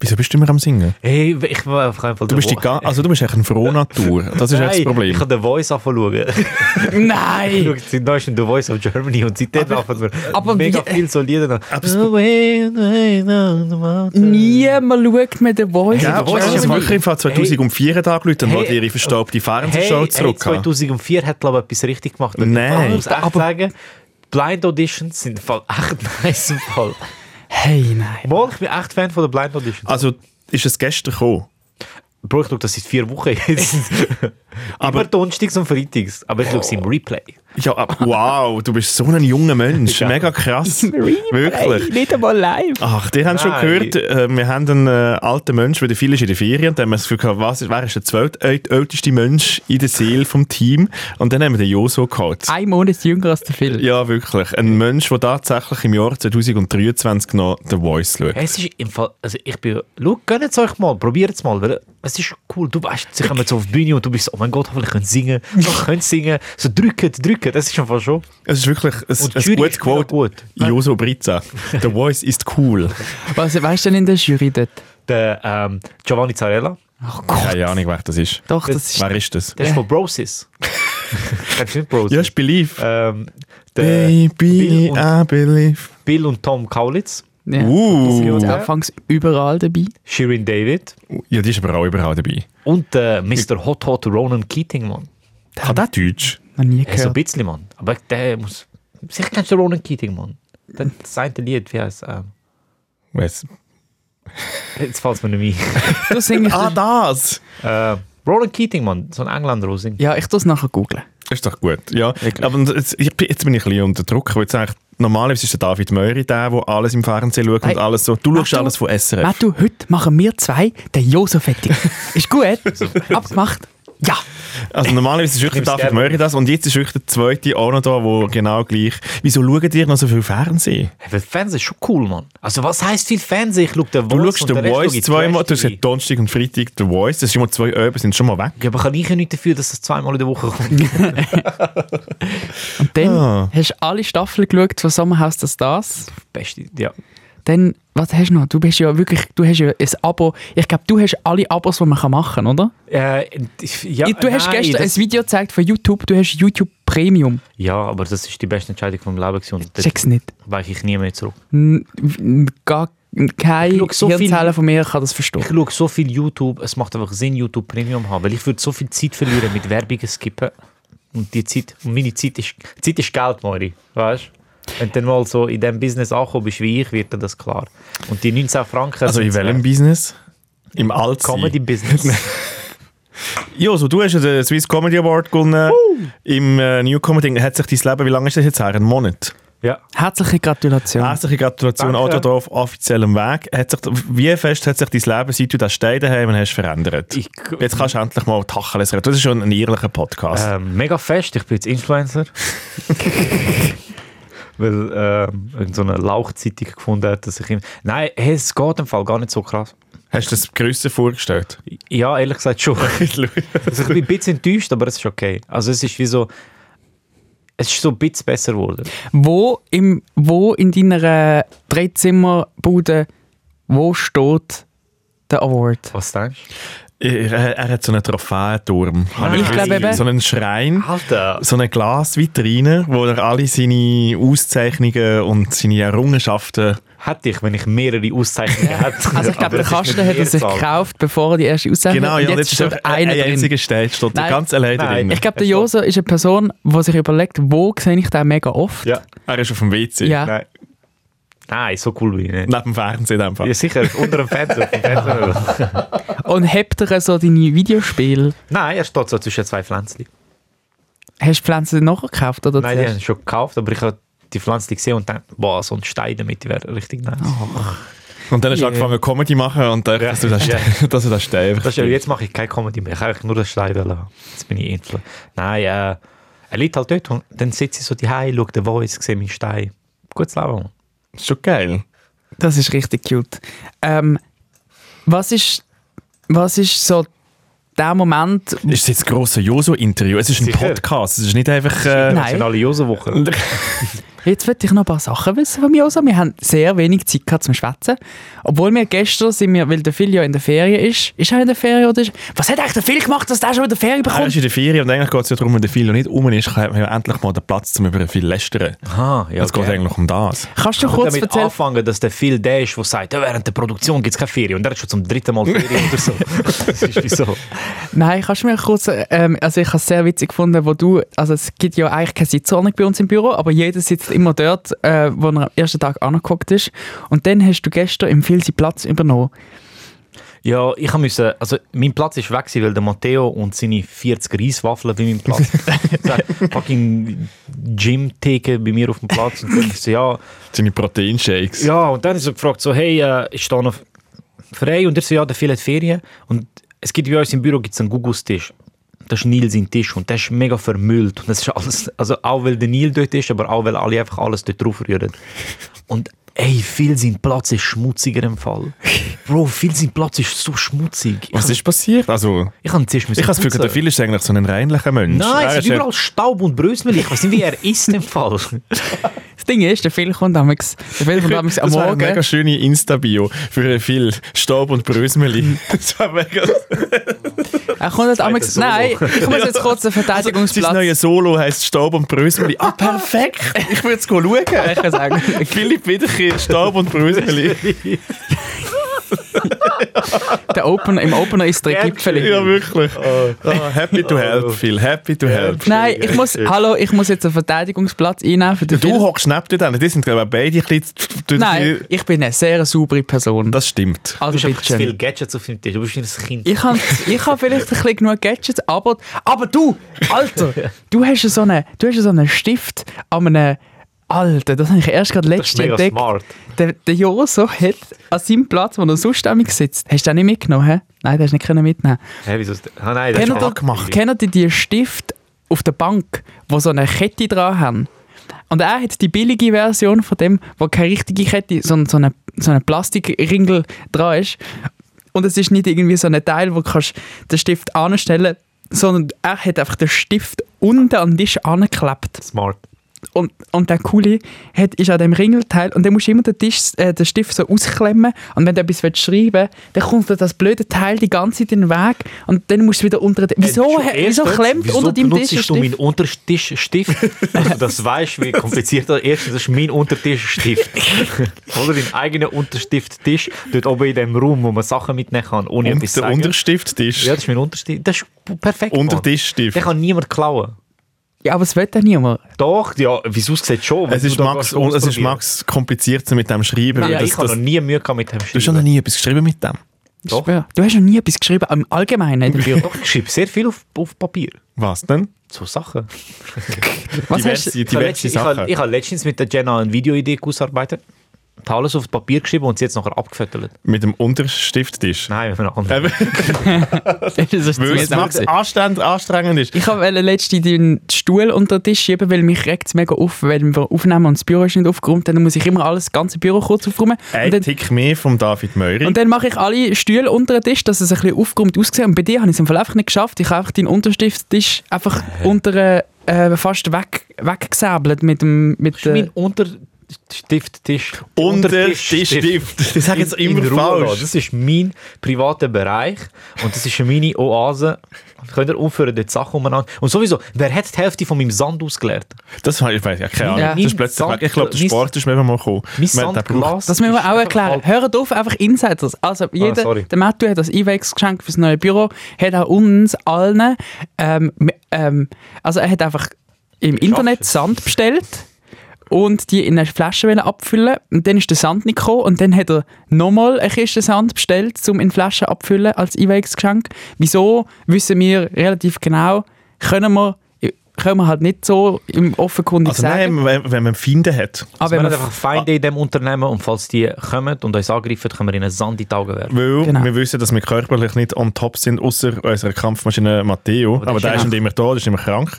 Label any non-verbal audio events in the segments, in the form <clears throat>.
Wieso bist du immer am Singen? Hey, ich war auf keinen Fall Du bist die ga- also du bist echt eine <laughs> Frohnatur. Das ist echt das Ich Problem. habe den Voice anfangen <laughs> zu schauen. <laughs> Ich Nein! schaue seit neuestem The Voice of Germany und seitdem anfangen wir aber mega wie- viel so Lieder noch. Aber es- Away, away down the mountain. Niemand schaut mir den Voice Also Ja, an. aber das Germany. ist wirklich im Fall 2004 hey. angerufen und Hey. hat ihre verstaubte Fernsehshow Hey, hey, zurück. 2004 hat glaube ich etwas richtig gemacht. Und Nein. Ich muss echt Aber- sagen, Blind Auditions sind voll echt <laughs> nice im Fall. Hey, nein. Mal, ich bin echt Fan von der Blind Auditions. also ist es gestern gekommen? Bro, ich schaue das seit vier Wochen jetzt. <laughs> Aber- Immer Donnerstags und Freitags. Aber ich schaue es im Replay. Ja, ab- wow, du bist so ein junger Mensch. Mega krass. Wirklich. Ah. Nicht einmal live. Ach, die haben schon Nein. gehört, äh, wir haben einen äh, alten Mensch, weil der viel ist in der Ferien, und dann haben wir das Gefühl gehabt, was, ist- wer ist der zweitälteste Mensch in der Seele vom Team? Und dann haben wir den Joso geholt. Ein Monat jünger als der Film. Ja, wirklich. Ein Mensch, der tatsächlich im Jahr 2023 noch The Voice schaut. Es ist im Fall, also ich bin, schau, gönnt es euch mal, probiert es mal, weil es ist cool, du weißt, sie kommen so auf die Bühne und du bist so, oh mein Gott, hoffentlich können <laughs> sie singen, doch können sie singen, so drücken, drücken, das ist einfach schon. Es ist wirklich Und ein, die ein Jury gutes ist mega Quote. gut. Joso Brizza. The Voice ist cool. Was weißt du denn in der Jury dort? Der ähm, Giovanni Zarella, Ach Gott. Keine Ahnung, wer das ist. Doch, das ist. Wer ist das? der ist von <laughs> Brosis. Kennst du nicht Brosis? Ja, ich believe. Ähm, der Baby, Bill und- I believe. Bill und Tom Kaulitz, Ja. Uh. Sind anfangs überall dabei. Shirin David Ja, die ist aber auch überall dabei. und äh, Mr. Hot Hot Ronan Keating, Mann. Kann der Deutsch? Noch Hey, nie so ein gehört. bisschen, Mann. Aber der muss, sicher kennst du Ronan Keating, Mann. Hm. Dann sein Lied, wie heißt ähm, Weiss. Jetzt fällt es mir nicht ein. <laughs> Du singst. Ah, das! Äh, Roland Keating, Mann, so ein Engländer, der singt. Ja, ich tue es nachher googeln. Ist doch gut. Ja, aber jetzt, ich, bin- jetzt bin ich ein bisschen unter Druck. Weil jetzt eigentlich, normalerweise ist der David Möri der, der alles im Fernsehen schaut Hey. und alles so. Du schaust Mattu. alles von SRF. Mattu, heute machen wir zwei den Josef <laughs> fertig. Ist gut? Abgemacht? Ja. Also normalerweise ist wirklich Nimm's David gerne. Möri das und jetzt ist wirklich der zweite auch noch da, der genau gleich... Wieso schaut ihr noch so viel Fernsehen? Hey, weil Fernsehen ist schon cool, Mann. Also, was heisst viel Fernsehen? Ich schaue den Du Voice schaust und den The Rest Voice schaue ich zweimal, du Trash-TV. hast Donnerstag und Freitag The Voice, das sind immer zwei Öben, sind schon mal weg. Ja, aber kann ich ja nichts dafür, dass das zweimal in der Woche kommt. Und dann Ah. hast du alle Staffeln geschaut von Sommerhaus das das. Beste, ja. Dann, was hast du noch? Du bist ja wirklich, du hast ja ein Abo. Ich glaube, du hast alle Abos, die man kann machen kann, oder? Äh, ich- ja du hast nein, gestern das, ein Video gezeigt von YouTube, du hast YouTube Premium. Ja, aber das ist die beste Entscheidung von meinem Leben gewesen und da Check's nicht. weiche ich nie mehr zurück. N- n- Gar n- Ich kein schau so viel- Hirnzelle von mir kann das Ich verstehen. schaue so viel YouTube, es macht einfach Sinn, YouTube Premium haben, weil ich würde so viel Zeit verlieren mit Werbungen skippen. Und die Zeit, und meine Zeit ist, Zeit ist Geld, Mori, weißt du? Wenn du dann mal so in diesem Business angekommen bist wie ich, wird dir das klar. Und die 19 Franken Also in sind's welchem wert. Business? Im Altsein. <laughs> Comedy-Business. Jo, so du hast ja den Swiss Comedy Award gewonnen. Im äh, New Comedy hat sich dein Leben, wie lange ist das jetzt her? Ein Monat. ja. Herzliche Gratulation. Herzliche Gratulation, Hm. Danke. Auto da auf offiziellem Weg. Hat sich, wie fest hat sich dein Leben, seit du das Stein daheim hast, verändert? Ich- jetzt kannst du endlich mal Tacheles reden. Das ist schon ein ehrlicher Podcast. Ähm, mega fest, ich bin jetzt Influencer. <laughs> Weil ähm, irgend so eine Lauchzeitung gefunden hat, dass ich ihm... Nein, hey, es geht im Fall gar nicht so krass. Hast du das Größe vorgestellt? Ja, ehrlich gesagt <laughs> schon. Also ich bin ein bisschen enttäuscht, aber es ist okay. Also es ist wie so, es ist so ein bisschen besser geworden. Wo, im, wo in deiner Dreizimmerbude, wo steht der Award? Was denkst du? er, er er hat so einen Trophäenturm. Habe ich glaube gesehen. eben- So einen Schrein. Alter! So eine Glasvitrine, wo er alle seine Auszeichnungen und seine Errungenschaften Hätte ich, wenn ich mehrere Auszeichnungen hätte. Also ich Aber glaube, der es ist Kasten nicht hat er sich Mehrzahl. gekauft, bevor er die erste Auszeichnung Genau, und ja, jetzt ist steht ein- einer ein drin. einziger steht, steht Nein. ganz allein Nein. drin. Ich glaube, der Es steht- Joso ist eine Person, die sich überlegt, wo sehe ich den mega oft. Ja. er ist auf dem WC. Ja. Nein. Nein, so cool bin ich nicht. Neben dem Fernsehen einfach. Ja, sicher, unter dem Fenster. auf dem <laughs> Fenster. Und hebt er so deine Videospiele. Nein, er steht so zwischen zwei Pflänzchen. Hast du Pflanzen nachher gekauft? Oder Nein, die zuerst? haben schon gekauft, aber ich habe die Pflanzchen gesehen und dachte, boah, so ein Stein damit wäre richtig nice. Und dann hast du angefangen Comedy zu machen und dachte, Ja. dass du das, Ja. <laughs> dass du das stehst. Das ist, ja- jetzt mache ich keine Comedy mehr. Ich kann eigentlich nur das Schleiden lassen. Jetzt bin ich Influ. Nein, äh, er liegt halt dort und dann sitze ich so die Hause, schaue den Voice, sehe meinen Stein. Gutes Leben. Mann. ist schon geil. Das ist richtig cute. Ähm, was, ist, was ist so der Moment, Ist das jetzt ein grosses Joso-Interview? Es ist ein Sicher. Podcast, es ist nicht einfach... Äh, Nein. Das sind alle Josenwochen. Jetzt will ich noch ein paar Sachen wissen von mir. Also, wir haben sehr wenig Zeit gehabt zum Schwätzen. Obwohl wir gestern sind, wir, weil der Phil ja in der Ferien ist. Ist er in der Ferien oder ist... Was hat eigentlich der Phil gemacht, dass der schon in der Ah, Ferien Er Ah, ist bekommt? in der Ferien und eigentlich geht es ja darum, wenn der Phil noch nicht um ist, kann man ja endlich mal den Platz, um über den Phil zu lästern. Aha, ja. Es geht eigentlich um das. Kannst du Ich kurz damit erzählen? anfangen, dass der Phil der ist, der sagt, ja, während der Produktion gibt es keine Ferien. Und der hat schon zum dritten Mal Ferien oder so. Das ist wie so. Nein, kannst du mir kurz... Ähm, also ich habe es sehr witzig gefunden, wo du... Also es gibt ja eigentlich keine Sitzordnung bei uns im Büro, aber jeder sitzt immer dort, äh, wo er am ersten Tag angeguckt ist. Und dann hast du gestern im Phil seinen Platz übernommen. Ja, ich musste, also mein Platz ist weg, gewesen, weil der Matteo und seine 40 Reiswaffeln bei meinem Platz. <laughs> Es hat fucking Gym-Theke bei mir auf dem Platz. Und dann ich so, ja, Seine Proteinshakes. Ja, und dann ist er gefragt, so, hey, äh, ist da noch frei? Und er so, ja, der Phil hat Ferien. Und es gibt bei uns im Büro gibt's einen Gugus-Tisch. Das ist Nils sein Tisch und der ist mega vermüllt. Und das ist alles, also auch weil der Nil dort ist, aber auch weil alle einfach alles dort drauf rühren. Und ey, Phil, sein Platz ist schmutziger im Fall. Bro, Phil, sein Platz ist so schmutzig. Ich Was hab- ist passiert? Also, Ich habe den Tisch ich habe das Gefühl, putzen. der Phil ist eigentlich so ein reinlicher Mensch. Nein, Er es ist ist überall Staub und Brösmeli. Ich weiß nicht, wie er ist im Fall. Das Ding ist, der Phil kommt am, der Phil <laughs> kommt am, am Das wäre eine Morgen... mega schöne Insta-Bio für den Phil. Staub und Brösmeli. <laughs> Das war mega... Er kommt nicht am <laughs> Solo. Nein, ich muss jetzt kurz den Verteidigungsplatz... Also, Sein neues Solo heisst Staub und Brösmeli. Ah, perfekt! <laughs> Ich würde es schauen. ich kann sagen. Philipp Wiederkehr, Staub und Brösmeli. Der Opener, Im Opener ist der Ja, Gipfel. <laughs> Ja, wirklich. Ah, happy to help, Phil. Happy to help. Nein, ich muss, hallo, ich muss jetzt einen Verteidigungsplatz einnehmen für den Du Phil. hockst neben dir dann. Die sind, glaube ich, beide ein bisschen... Nein, ich bin eine sehr saubere Person. Das stimmt. Du hast also einfach zu viele bitte. Gadgets auf dem Tisch. Du bist nicht ein Kind. Ich habe ich hab vielleicht ein bisschen genug Gadgets, aber, aber du, <laughs> Alter, du hast ja so einen, du hast ja so einen Stift an einem Alter, das habe ich erst gerade das ist letztens mega entdeckt. smart. Der, der Joso hat an seinem Platz, wo er sonst immer sitzt, hast du den nicht mitgenommen? hä? Nein, den hast du nicht können mitnehmen Hä, wieso? ist- Ah, nein, das Kennt ist ihr, hart. gemacht. kennt ihr die Stifte auf der Bank, wo so eine Kette dran haben? Und er hat die billige Version von dem, wo keine richtige Kette, sondern so eine, so eine Plastikringel dran ist. Und es ist nicht irgendwie so ein Teil, wo du kannst den Stift anstellen sondern er hat einfach den Stift unten an den Tisch angeklebt. Smart. Und, und der Kuli hat, ist an dem Ringelteil und dann musst du immer den, Tisch, äh, den Stift so ausklemmen und wenn du etwas willst schreiben dann kommt dir das blöde Teil die ganze Zeit in den Weg und dann musst du wieder unter den... Wieso, Äh, Schon hä- wieso erstens, klemmt wieso unter deinem Tisch benutzt ein du meinen Stift? Untertischstift? Dass du das weißt, wie kompliziert das ist. Erstens, das ist mein Untertischstift. Oder dein eigener Unterstifttisch, dort oben in dem Raum, wo man Sachen mitnehmen kann, ohne Und etwas zu der sagen. Unterstifttisch. ja, das ist mein Unterstift. Das ist perfekt. Mann. Untertischstift. Den kann niemand klauen. Ja, aber es will ja niemand. Doch, ja, wieso sieht schon. wenn Es du ist, da Max, gehst, und es ist ausprobieren. Max komplizierter mit dem Schreiben. weil Ja, das, ich habe das, noch nie Mühe gehabt mit dem du hast ja noch Schreiben. nie etwas geschrieben mit dem. Ich Doch. schwöre. Du hast noch nie etwas geschrieben, im Allgemeinen. in der Bio. Doch, ich schreibe sehr viel auf, auf Papier. Was denn? So Sachen. Was <laughs> diverse, hast du? Ich habe diverse letztens- ich habe- Sachen. Ich habe letztens mit der Jenna eine Videoidee ausgearbeitet. Ich habe alles auf Papier geschrieben und sie hat es nachher abgefüttert. Mit dem Unterstifttisch. Nein, mit einer anderen. Eben, Das ist Weil es zusammen Max gewesen. anstrengend, anstrengend ist. ich habe letztens den Stuhl unter den Tisch schieben, weil mich regt es mega auf, wenn wir aufnehmen und das Büro ist nicht aufgeräumt, dann muss ich immer alles, das ganze Büro kurz aufräumen. Ein und dann, Tick mehr vom David Meury. Und dann mache ich alle Stühle unter den Tisch, dass es ein bisschen aufgeräumt aussieht. Und bei dir habe ich es im Fall einfach nicht geschafft. Ich habe einfach deinen Unterstifttisch einfach unter, äh, fast weg, weggesäbelt mit dem... Mit, Das ist mein äh, Unterstifttisch. Untertischstift. Das sage ich jetzt immer in Ruhe lassen. falsch. Das ist mein privater Bereich und das ist meine Oase. Könnt ihr aufhören, dort Sachen umeinander... Und sowieso, wer hat die Hälfte von meinem Sand ausgeleert? Das habe ich, ich weiß ja, keine Ahnung. Ja. Das ist plötzlich Mein weg. Ich glaube, der Sand- Sport ist mir einfach mal gekommen. Mein Man hat den gebraucht. Sandglas... das müssen ist wir auch einfach erklären. alt. Ah, Hört auf, einfach Insiders. Also jeder, sorry. der Matthew hat das Einwegs geschenkt fürs neue Büro, hat auch uns allen... Ähm, ähm, also er hat einfach im Internet Sand bestellt und die in eine Flasche wollen abfüllen und dann ist der Sand nicht gekommen und dann hat er nochmal eine Kiste Sand bestellt, um in Flaschen abfüllen als Einwegsgeschenk. Wieso, wissen wir relativ genau, können wir, können wir halt nicht so im offenkundig Also sagen. nein, wenn, wenn man Finden hat. aber also Wir wenn haben wir einfach Feinde in diesem Unternehmen und falls die kommen und uns angreifen, können wir ihnen Sand in die Augen werfen. Weil Genau. wir wissen, dass wir körperlich nicht on top sind, außer unserer Kampfmaschine Matteo. der Aber ist genau. der ist krank. nicht immer da, der ist immer krank.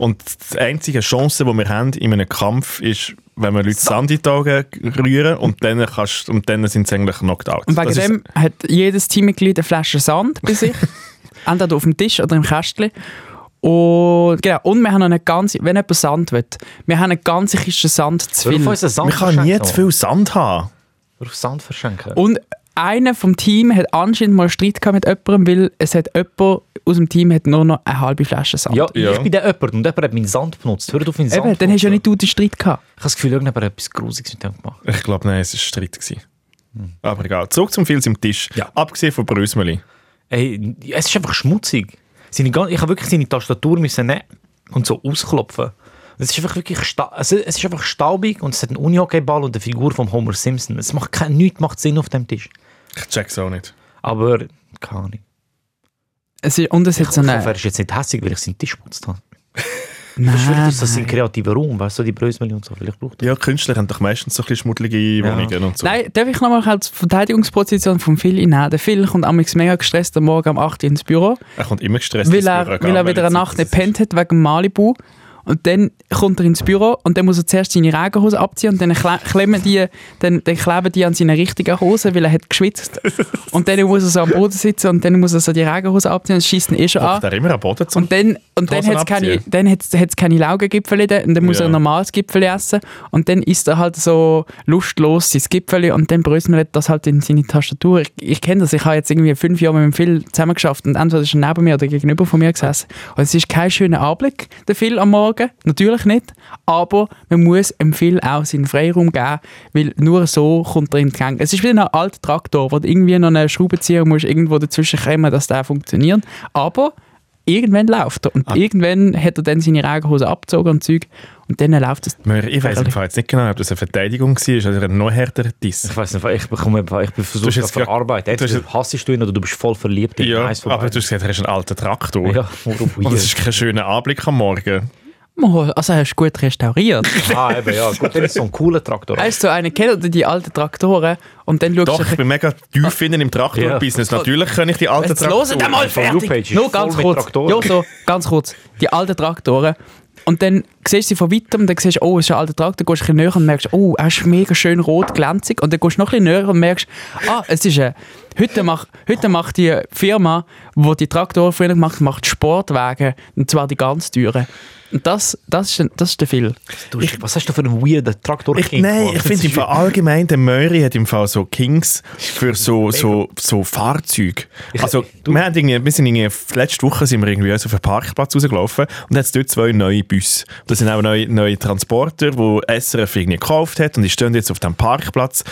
Und die einzige Chance, die wir haben in einem Kampf, ist, wenn wir Leute Sand in die Augen rühren und dann, kannst, und dann sind sie eigentlich knocked out. Und wegen Das ist- dem <laughs> hat jedes Teammitglied eine Flasche Sand bei sich. entweder auf dem Tisch oder im Kästchen. Und, genau, und wir haben noch eine ganze, wenn jemand Sand will, wir haben eine ganze Kiste Sand zu Warum viel. uns den Sand Man kann nie verschenken, zu viel Sand haben. Mann? Warum Sand verschenken? Und einer vom Team hat anscheinend mal Streit gehabt mit jemandem, weil es hat jemand aus dem Team hat nur noch eine halbe Flasche Sand. ja, Ja. ich bin der jemand und jemand hat meinen Sand benutzt. Hör auf meinen Sand Eben, dann hast du benutzen. ja nicht du den Streit gehabt. Ich habe das Gefühl, irgendjemand hat etwas Grusiges mit dem gemacht. Ich glaube, nein, es war Streit. Gewesen. Aber egal. Zurück zum Filz im Tisch. Ja. Abgesehen von Brösmeli. Ey, es ist einfach schmutzig. Seine, gan- ich habe wirklich seine Tastatur müssen nehmen und so ausklopfen. Es ist einfach wirklich sta also, es ist einfach staubig und es hat einen Unihockey-Ball und eine Figur von Homer Simpson. Es macht kein, nichts macht Sinn auf dem Tisch. Ich check's auch nicht. Aber, keine Ahnung. Es ist, und es hat so Ich hoffe, eine... er ist jetzt nicht hässlich, weil ich seinen Tisch putzt habe. Ich schwöre, Nein, das ist ein kreativer Raum, weißt du, die Brösmeli und so. Vielleicht braucht er. Ja, Künstler haben doch meistens so ein bisschen schmuddelige Wohnungen und so. Nein, darf ich nochmal halt die Verteidigungsposition von Phil einnehmen? Der Phil kommt amigs mega gestresst am Morgen um 8 Uhr ins Büro, Er kommt immer gestresst. weil ins er, Büro, egal weil er wieder welche Zeit eine Nacht nicht es ist. gepennt hat wegen Malibu. Und dann kommt er ins Büro und dann muss er zuerst seine Regenhose abziehen und dann, kle klemmen die, dann, dann kleben die an seinen richtigen Hosen, weil er hat geschwitzt. und dann muss er so am Boden sitzen und dann muss er so die Regenhose abziehen und schießt ihn eh schon an. Hockt er immer am Boden zum Und dann, und Die dann Hosen hat es keine, abziehen. dann hat's, hat's keine Laugengipfel da, und dann muss Ja. er ein normales Gipfel essen und dann isst er halt so lustlos sein Gipfel und dann bröselt das halt in seine Tastatur. Ich, ich kenne das, ich habe jetzt irgendwie fünf Jahre mit dem Phil zusammengeschafft und entweder ist er neben mir oder gegenüber von mir gesessen. Und es ist kein schöner Anblick, der Phil am Morgen, natürlich nicht, aber man muss dem Phil auch seinen Freiraum geben, weil nur so kommt er in die Gänge. Es ist wie ein alter Traktor, wo du irgendwie noch eine Schraube ziehen musst, irgendwo dazwischen kommen, dass der funktioniert, aber irgendwann läuft er. Und irgendwann hat er dann seine Regenhose abgezogen und Zeug. Und dann läuft es. Möhr, ich weiß im Fall jetzt nicht genau, ob das eine Verteidigung war oder ein noch härterer Diss. Ich weiß nicht, ich bekomme einfach- ich bin versucht hast zu jetzt gerade- verarbeiten. du hast Entweder hassest du ihn oder du bist voll verliebt in ihn. Ja, Eins von aber du beiden. hast gesagt, er ist ein alter Traktor. Oh Ja, <laughs> warum Und das ist kein schöner Anblick am Morgen. Mal, Also hast du gut restauriert. Ah, eben, ja. Gut, dann ist so ein cooler Traktor. Weißt du, so einen kennt oder die alten Traktoren und dann schaust Doch, du. ich bin mega tief innen im Traktor-Business. Natürlich kann ich die alten Jetzt hören Traktoren. wir mal Von Loopage fertig. ist Nur voll ganz mit kurz. Traktoren. Ja, so, ganz kurz. Die alten Traktoren. Und dann siehst du sie von weitem und dann siehst du, oh, es ist ein alter Traktor. Dann gehst du ein bisschen näher und merkst, oh, er ist mega schön rot, glänzig. Und dann gehst du noch ein bisschen näher und merkst, ah, es ist ein... Heute macht, heute macht die Firma, die die Traktoren früher gemacht hat, macht Sportwagen. Und zwar die ganz teuren. Und das, das, ist, das ist der Phil. Du, was hast du für einen weirden Traktor? Ich, nein, ich finde im Fall allgemein, der Möri hat im Fall so Kings für so, so, so Fahrzeuge. Also, wir, haben irgendwie, wir sind irgendwie, letzte Woche sind wir irgendwie so auf den Parkplatz rausgelaufen und hat dort zwei neue Busse. Das sind auch neue, neue Transporter, die SRF irgendwie gekauft hat und die stehen jetzt auf dem Parkplatz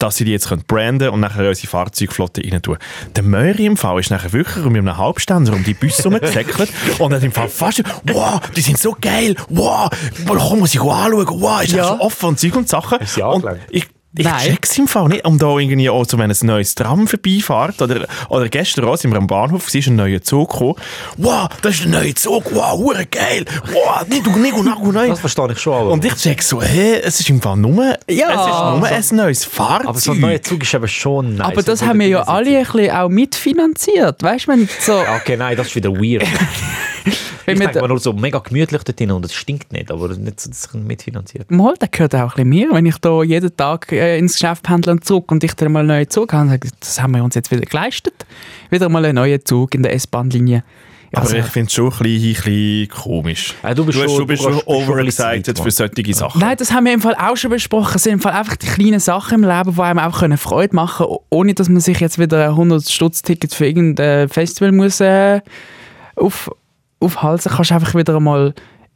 dass sie die jetzt können branden und nachher in unsere Fahrzeugflotte rein tun. Der Möri im Fall ist nachher wirklich mit einem Halbständer um die Busse rumgesäckelt und hat im Fall fast «Wow, die sind so geil! Wow, komm, muss ich anschauen! Wow, ist ja. Ja. so offen und Zeug und Sachen!» Ist sie und angelangt? ich, ich Nein. check's im Fall nicht. Und da irgendwie auch, so, wenn ein neues Tram vorbeifährt oder, oder gestern auch sind wir am Bahnhof, es ist ein neuer Zug gekommen. «Wow, das ist ein neuer Zug! Wow, hure geil! Wow, nicht und nicht und nicht und Das nicht!» verstehe ich schon, aber... Und ich check so, hey, es ist im Fall nur, Ja. es ist nur ein neues Fahrzeug. Also- aber so ein neuer Zug ist eben schon nice. Aber das Also, haben wir ja das- alle ein bisschen auch mitfinanziert. Weißt du, wenn so... Ja, Okay, nein, das ist wieder <laughs> weird. wenn ich wir denke mir nur so mega gemütlich dort drin und es stinkt nicht, aber nicht so, dass ich mitfinanziert. Mal, das gehört auch ein bisschen mir. Wenn ich da jeden Tag äh, ins Geschäft pendle und zurück und ich dann mal einen neuen Zug habe, sage ich, das haben wir uns jetzt wieder geleistet. Wieder mal einen neuen Zug in der S-Bahn-Linie. Aber Also, ich finde es schon ein bisschen, ein bisschen komisch. Ah, du bist du, hast- schon- du bist du hast- schon bist schon ein bisschen overexcited zu für weit, solche Sachen. nein, das haben wir im Fall auch schon besprochen. Es sind im Fall einfach die kleinen Sachen im Leben, die einem auch können Freude machen können, ohne dass man sich jetzt wieder ein 100-Stutz-Ticket für irgendein Festival muss, äh, auf, aufhalsen kannst du einfach wieder einmal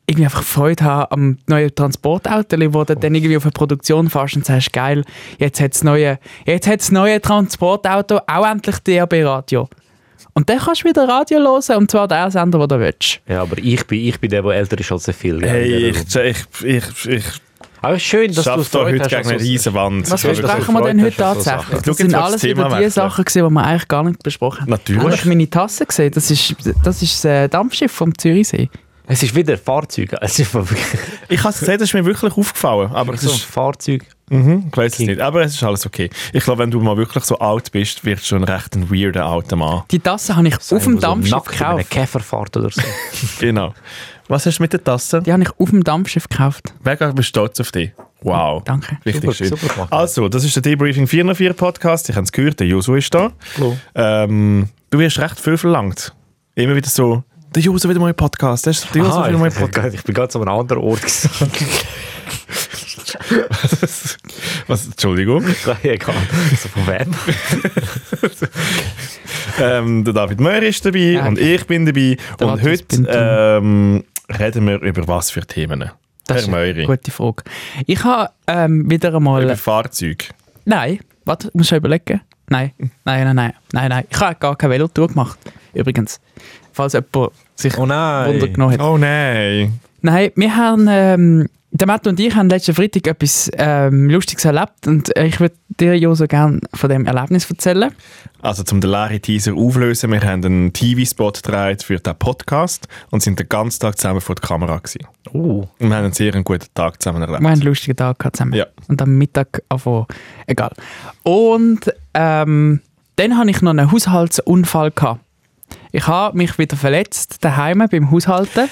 irgendwie einfach Freude haben am neuen Transportauto, wo du dann irgendwie auf eine Produktion fährst und sagst, geil, jetzt hat das neue, jetzt hat das neue Transportauto auch endlich DAB-Radio. Und dann kannst du wieder Radio hören, und zwar den Sender, den du willst. Ja, aber ich bin, ich bin der, der älter ist als der Phil. Hey, Ja, ich, ich, ich, ich aber schön, dass du schaffe da Freude heute hast, gegen eine also- riesen Wand. Was schön, dass du besprechen wir denn Freude heute hast an so tatsächlich? Sachen. Das Ich schau jetzt sind mal das alles Thema wieder die wechseln. Sachen, gewesen, die wir eigentlich gar nicht besprochen haben. Natürlich. Hast du meine Tasse gesehen? Das ist, das ist das Dampfschiff vom Zürichsee. Es ist wieder Fahrzeuge. <laughs> Es ist wirklich Ich kann es sagen, das ist mir wirklich aufgefallen. Aber es so ein ist, Fahrzeug. mhm, ich weiß es nicht. Aber es ist alles okay. Ich glaube, wenn du mal wirklich so alt bist, wirst du schon recht ein weirder alter Mann. Die Tasse habe ich auf dem Dampfschiff Eine gekauft. Käferfahrt oder <laughs> so. Genau. Was hast du mit der Tasse? Die habe ich auf dem Dampfschiff gekauft. Mega, ich bin stolz auf dich. Wow. Danke. Richtig Super, schön. super gemacht. also, das ist der Debriefing 404 Podcast. Ich habe es gehört, der Josu ist da. Hallo. Ähm, du wirst recht viel verlangt. Immer wieder so der Joso wieder mal im Podcast. Der ist der Joso wieder mal im Podcast. ich, ich bin ganz an einem anderen Ort <laughs> gesagt. Was? Was? Entschuldigung. Egal. Also von wem? Ähm, der David Möhr ist dabei Ja. und ich bin dabei. Der und Matthias heute Bintum. ähm, reden wir über was für Themen? Das ist Herr eine Möhri. gute Frage. Ich habe ähm, wieder einmal... äh, Über Fahrzeuge. Nein, warte, ich muss schon überlegen. Nein, nein, nein, nein, nein, nein. Ich habe gar keine Velotour gemacht, übrigens. Falls jemand sich Oh nein. Wunder genommen hat. Oh nein. Nein, wir haben, ähm, der Matt und ich haben letzten Freitag etwas ähm, Lustiges erlebt und äh, ich würde dir, Joso, gerne von dem Erlebnis erzählen. Also zum den leeren Teaser auflösen, wir haben einen TV-Spot gedreht für diesen Podcast und sind den ganzen Tag zusammen vor der Kamera gewesen. Uh, Und wir haben einen sehr guten Tag zusammen erlebt. Wir haben einen lustigen Tag gehabt zusammen. Ja. Und am Mittag anfangen. Egal. Und ähm, dann hatte ich noch einen Haushaltsunfall. Gehabt. Ich habe mich wieder verletzt, daheim beim Haushalten.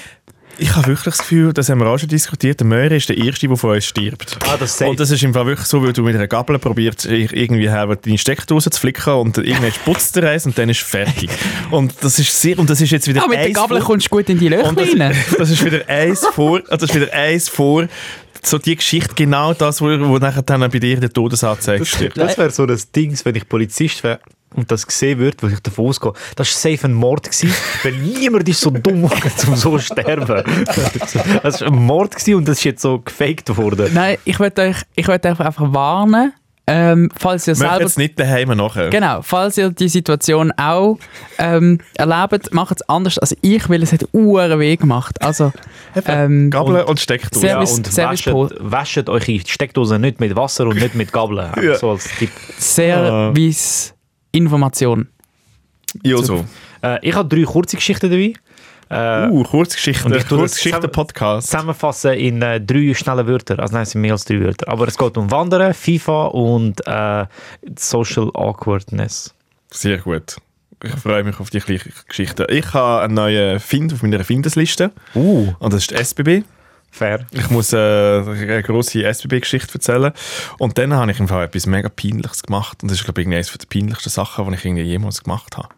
Ich habe wirklich das Gefühl, das haben wir auch schon diskutiert, der Möhrer ist der Erste, der von uns stirbt. Ah, das sagt- Und Oh, das ist im Fall wirklich so, weil du mit einer Gabel probierst, ir- irgendwie her, deine Steckdose zu flicken und irgendwann putzt der eins und dann ist fertig. <laughs> Und das ist sehr, und das ist jetzt wieder Ah, mit der eins Gabel vor- kommst du gut in die Löcher und das, rein. <laughs> das ist wieder eins vor, das ist wieder eins vor, so die Geschichte, genau das, wo, wo nachher dann bei dir der Todesanzeige stirbt. das wäre so das Ding, wenn ich Polizist wäre und das gesehen würde, würde ich davon ausgehen, das war safe ein Mord gewesen, weil niemand ist so dumm, um so zu sterben. Das war ein Mord gewesen und das ist jetzt so gefaked worden. Nein, ich würde euch, ich würd euch einfach warnen, ähm, falls ihr Möchte selber jetzt nicht daheim nachher. Genau, falls ihr die Situation auch ähm, erlebt, macht es anders als ich, weil es hat uren weh gemacht. Also, ähm, Gabel und, Steckdose. Sehr- Service- und Service wäschet, wäschet eure Steckdosen nicht mit Wasser und nicht mit Gabeln. Ja. So als Tipp. sehr weiss Information. Ja, also. so. Äh, ich habe drei kurze Geschichten dabei. Äh, Uh, Und Kurzgeschichten, ich tue das Kurzgeschichten-Podcast. zusammenfassen in äh, drei schnelle Wörter. Also nein, es sind mehr als drei Wörter. Aber es geht um Wandern, FIFA und äh, Social Awkwardness. Sehr gut. Ich freue mich auf die gleiche Geschichte. Ich habe einen neuen Find auf meiner Findesliste Uh, und das ist die SBB. fair. Ich muss äh, eine grosse SBB-Geschichte erzählen. Und dann habe ich im Fall etwas mega Peinliches gemacht und das ist, glaube ich, eines der peinlichsten Sachen, die ich irgendwie jemals gemacht habe.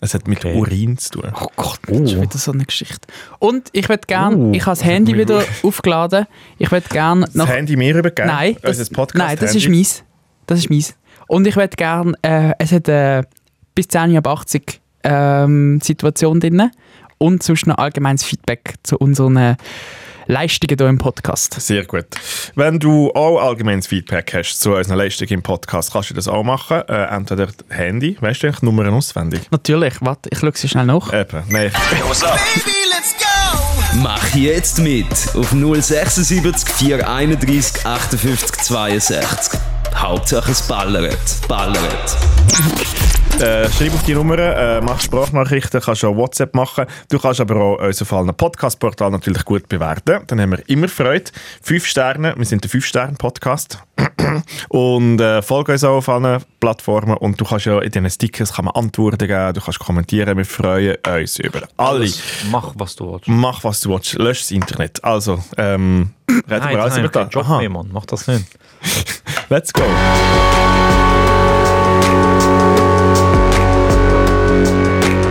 Es hat mit Okay. Urin zu tun. Oh Gott, Oh. das ist wieder so eine Geschichte. Und ich würde gerne, Oh. ich habe das Handy wieder aufgeladen, ich würde gerne Das noch... Handy mir übergeben? Nein, das, das, Podcast nein, das ist meins. Das ist meins. Und ich würde gerne, äh, es hat äh, bis 10 ab 80 ähm, Situation drin und sonst noch allgemeines Feedback zu unseren äh, Leistungen hier im Podcast. Sehr gut. Wenn du auch allgemeines Feedback hast zu unseren Leistungen im Podcast, kannst du das auch machen. Äh, entweder das Handy, weißt du eigentlich die Nummern auswendig? Natürlich, warte, ich schaue sie schnell nach. Eben, nein. Baby, let's go! Mach jetzt mit auf 076 431 58 62. Hauptsache es ballert, ballert. Äh, schreib auf die Nummern, äh, mach Sprachnachrichten, kannst auch WhatsApp machen. Du kannst aber auch unseren Fall Podcast-Portal natürlich gut bewerten. Dann haben wir immer Freude. Fünf Sterne, wir sind der Fünf-Sterne-Podcast. <clears throat> Und äh, folge uns auch auf allen Plattformen. Und du kannst ja in diesen Stickers kann man Antworten geben, du kannst kommentieren. Wir freuen uns über alle. Mach, was du willst. Mach, was du willst. Lösch das Internet. Also, ähm, reden wir alles über keinen das. Job Aha, mehr, Mann. Mach das nicht. let's go.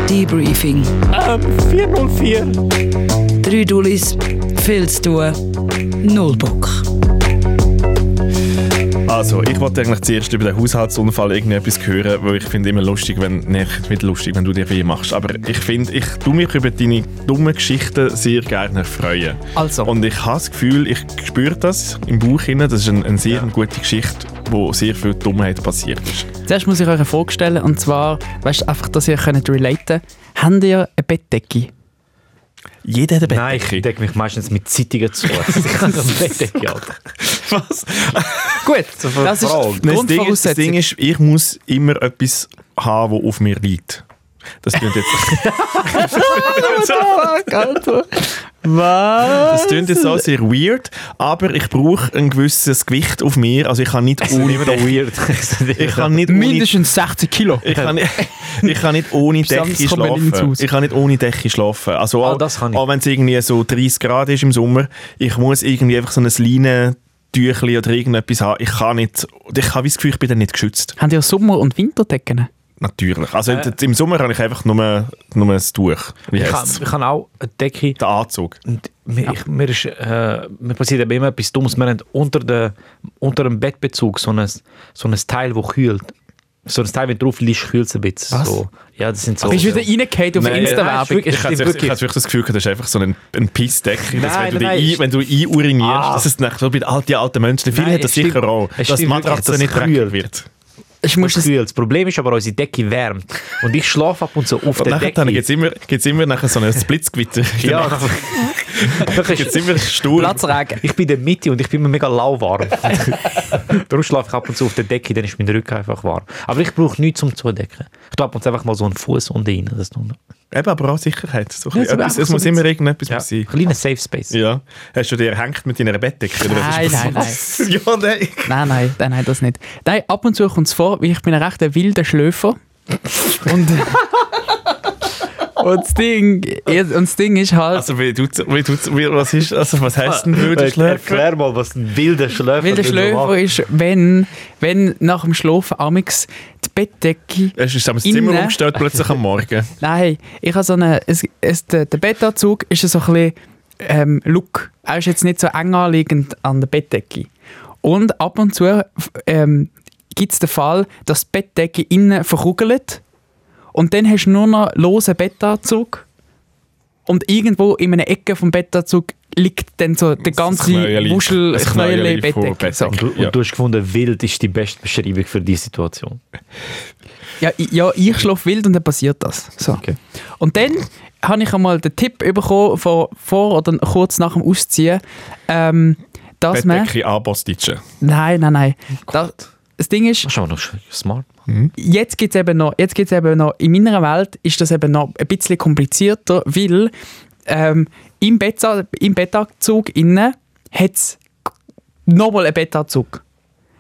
Debriefing. 404. Drei Dullis, viel zu tun, null Bock. Also, ich wollte eigentlich zuerst über den Haushaltsunfall irgendetwas hören, weil ich finde immer lustig, wenn, nee, nicht lustig, wenn du dir weh machst, aber ich finde, ich tue mich über deine dummen Geschichten sehr gerne freuen. Also. Und ich habe das Gefühl, ich spüre das im Bauch hinein, das ist eine, eine sehr gute Geschichte, wo sehr viel Dummheit passiert ist. Zuerst muss ich euch eine Frage stellen und zwar, weißt du, einfach, dass ihr könnt relaten könnt. Habt ihr eine Bettdecke? Jeder hat eine Nein, ich decke mich meistens mit Zeitungen zu. Ich kann das nicht decken, Alter. <laughs> Was? Gut, eine das ist Frage. die Nein, das, Ding ist, das Ding Grundvoraussetzung. ist, ich muss immer etwas haben, das auf mir liegt. Das klingt <laughs> jetzt, <laughs> Fuck, Alter. Was? das klingt jetzt auch sehr weird, aber ich brauche ein gewisses Gewicht auf mir. Also ich kann nicht ohne weird. <laughs> Ich kann nicht ohne, Mindestens 60 Kilo. ich kann <laughs> nicht, ich kann nicht ohne Sonst Decke kommt man nicht schlafen. raus. Ich kann nicht ohne Decke schlafen. Also Ah, auch, das kann ich. auch wenn es irgendwie so 30 Grad ist im Sommer, ich muss irgendwie einfach so ein Leinentüchli oder irgendetwas haben. Ich kann nicht, ich habe das Gefühl, ich bin dann nicht geschützt. Habt ihr Sommer- und Winterdecken? natürlich. Also im Sommer habe ich einfach nur, nur ein Tuch. Wie Äh. Ich heisst's? kann, ich kann auch eine Decke. Den Anzug. Und mir, ich, mir, ist, äh, mir passiert eben immer etwas Dummes. Wir haben unter, der, unter dem Bettbezug so ein, so ein Teil, das kühlt. So ein Teil, wenn du drauf liegst, kühlt es ein bisschen. Was? So. Ja, das sind so... Bist du wieder reingefallen auf Nein, nein, ist Insta-Werbung? wirklich- Ich hatte stimmt wirklich ich hatte wirklich das Gefühl, gehabt, das ist einfach so ein, ein Pissdeckel. dass Nein, wenn, du nein, dich nein, ein, wenn du einurinierst, Ah. dass es nach so bei all die alten Menschen, viele Nein, haben das es stimmt. sicher auch, Es dass die stimmt wirklich, Matratze das nicht kühlt. dreckig wird. Ich muss Das, <laughs> das kühlt. das Problem ist aber, unsere Decke wärmt. Und ich schlafe ab und zu auf Und der nachher Decke. gibt es immer, gibt's immer nachher so ein Blitzgewitter. <laughs> ja, dann- Dann Gibt es ist- immer Sturm. Platzregen. ich bin in der Mitte und ich bin immer mega lauwarm. <laughs> Darum schlafe ich ab und zu auf der Decke, dann ist mein Rücken einfach warm. Aber ich brauche nichts zum Zudecken. Ich tue ab und zu einfach mal so einen Fuß unten rein. Das tut- Eben, aber auch Sicherheit. So Ja, ja, so etwas, einfach es so muss ein immer irgendetwas ja. sein. Kleiner Safe Space. Ja. Hast du dir hängt mit deiner Bettdecke? oder was Nein, ist nein, nein. passiert? <laughs> ja, nein. Nein, nein, nein, nein, das nicht. Nein, ab und zu kommt es vor, weil ich bin ein rechter wilder Schläfer. und, und, das Ding, und das Ding ist halt, Also, wie tut's, wie tut's, wie, was ist, also, was heißt denn wilder Schläfer? Erklär mal, was ein wilder Schläfer wilder denn so macht. Schläfer ist, wenn, wenn nach dem Schlafen amix die Bettdecke Es ist am Zimmer Innen. umgestellt, plötzlich am Morgen. Nein, ich habe so einen. Es, es, der, der Bettanzug ist so ein bisschen ähm, Look. Er ist jetzt nicht so eng anliegend an der Bettdecke. Und ab und zu f- ähm, gibt es den Fall, dass die Bettdecke innen verkugelt und dann hast du nur noch losen Bettanzug. Und irgendwo in einer Ecke vom Bettanzug liegt dann so der ganze Knäueli. Wuschel, Das Knäueli Knäueli, von Bettdecke. So. Bettdecke. Und, und Ja. du hast gefunden, wild ist die beste Beschreibung für diese Situation. Ja, i- ja ich schlafe wild und dann passiert das. So. Okay. Und dann habe ich einmal den Tipp bekommen, vor, vor oder kurz nach dem Ausziehen, ähm, dass man... Bettdecke anbostitschen. Nein, nein, nein. Oh Das, das Ding ist, Das ist aber noch schön. smart. jetzt gibt es eben noch, jetzt gibt's eben noch, in meiner Welt ist das eben noch ein bisschen komplizierter, weil ähm, im, Bett, im Bettanzug innen hat es nochmal einen Bettanzug.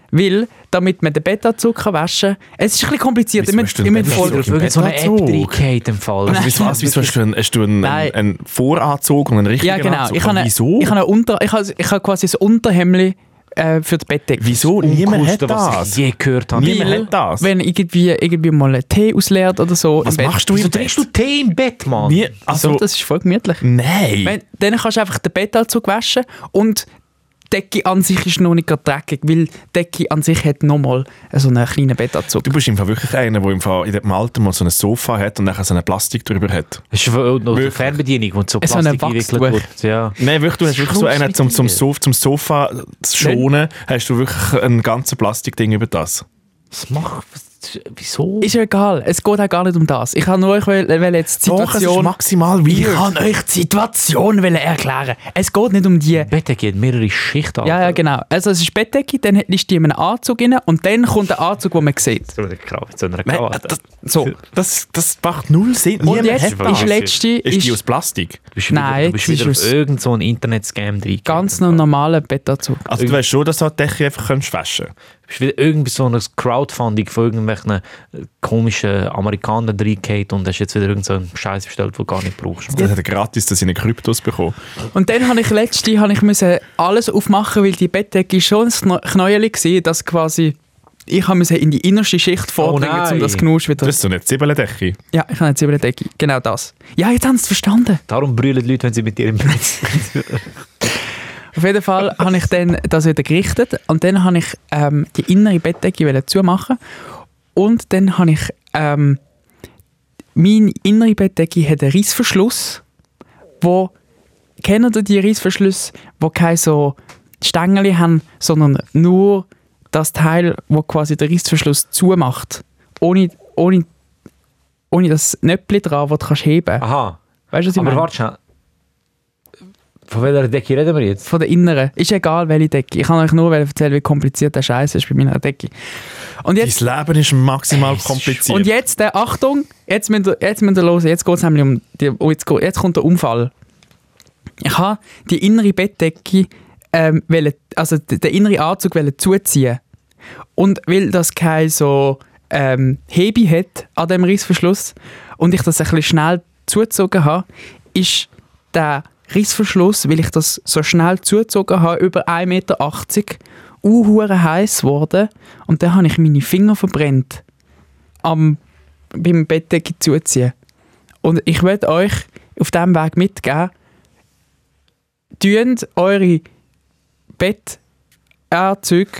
Weil, damit man den Bettanzug kann waschen kann, es ist ein bisschen kompliziert. Ich Wieso muss- hast du ich einen muss Bettanzug? voll- Oder auf irgendeine so eine App Bettanzug. reingeht im Fall. Also, wieso, was, wieso hast du, einen, hast du einen, Nein. einen Voranzug und einen richtigen Ja, genau. Anzug? Ich habe, Aber eine, wieso? Ich habe, eine Unter, ich habe, ich habe quasi das Unterhemdli äh, für die Bettdecke. wieso? Niemand hat Uncoolste, was ich das. je gehört habe. Niemand Weil, hat das. Wenn irgendwie, irgendwie mal einen Tee ausleert oder so. Was machst du Wieso im trinkst Bett? du Tee im Bett, Mann? Nie, Also, also, das ist voll gemütlich. nein. Wenn, dann kannst du einfach den Bettanzug waschen und die Decke an sich ist noch nicht gerade dreckig, weil die Decke an sich hat nochmal so einen kleinen Bettanzug. Du bist im Fall wirklich einer, der im, Fall in dem Alter mal so ein Sofa hat und nachher so eine Plastik drüber hat. Das ist eine Wirklich? Fernbedienung, wo so So ein Plastik eingewickelt Wachstuch. wird. Ja. Nein, wirklich, du hast Das wirklich so ist einen, zum, zum, mit dir. Sof, zum Sofa zu schonen, hast du wirklich ein ganzes Plastikding über das. Was macht... was- Wieso? Ist ja egal, es geht auch gar nicht um das. Ich kann nur euch will, will jetzt die Doch, es ist Situation... maximal ich weird. kann euch die Situation will erklären. Es geht nicht um die... Bett geht mehrere Schichten Ja, ja, genau. Also es ist Bettdecke, dann liegst du in einem Anzug rein und dann kommt der Anzug, den man sieht. So eine Krawatte, so eine Nein, Krawatte. das, so, das, das macht null Sinn. Und Niemand jetzt hat das. ist letzte... Ist die aus Ist Plastik? Du bist Nein, wieder, du bist das wieder ist auf aus- irgendeinen so Internet-Scam drin. ganz noch ein normaler Bettanzug. Also du weißt schon, dass du die Decke einfach kannst waschen Du bist wieder irgendwie so ein Crowdfunding von irgendwelchen äh, komischen Amerikanern reingeht und hast jetzt wieder irgendeinen Scheiß bestellt, den du gar nicht brauchst. kannst. Das hat er gratis das in den Kryptos bekommen. Und dann habe ich letzte habe ich müssen alles aufmachen, weil die Bettdecke schon ein Knäueli war, dass quasi... Ich habe müssen in die innerste Schicht vordringen, nein. um das Genusch wieder... Das ist so eine Zwiebelendecke. ja, ich habe jetzt über die Decke. Genau das. Ja, jetzt haben sie es verstanden. Darum brüllen die Leute, wenn sie mit dir im Bett sind. Auf jeden Fall habe ich dann das wieder gerichtet und dann habe ich ähm, die innere Bettdecke wollen zumachen und dann habe ich ähm, meine innere Bettdecke hat einen Reissverschluss, wo kennt ihr die Reissverschlüsse, wo keine so Stängel haben, sondern nur das Teil, wo quasi der Reissverschluss zumacht, ohne ohne ohne das Nöppli dran, das du kannst heben. Aha, Weißt du, was ich aber meine? warte schnell. Von welcher Decke reden wir jetzt? von der inneren. Ist egal, welche Decke. Ich kann euch nur erzählen, wie kompliziert der Scheiß ist bei meiner Decke. Und jetzt, Dein Leben ist maximal kompliziert. und jetzt äh, Achtung, jetzt müsst ihr, jetzt müsst ihr los, jetzt geht es nämlich um, die, oh, jetzt, geht- jetzt kommt der Unfall. Ich habe die innere Bettdecke, ähm, wollen, also d- den inneren Anzug wollen zuziehen. Und weil das kein so ähm, Hebe hat an dem Rissverschluss und ich das ein bisschen schnell zugezogen habe, ist der Rissverschluss, weil ich das so schnell zugezogen habe, über 1,80 Meter, uhuere heiß geworden und dann habe ich meine Finger verbrennt am beim Bettdecke zuziehen. Und ich möchte euch auf diesem Weg mitgeben, tünt eure Bettanzüge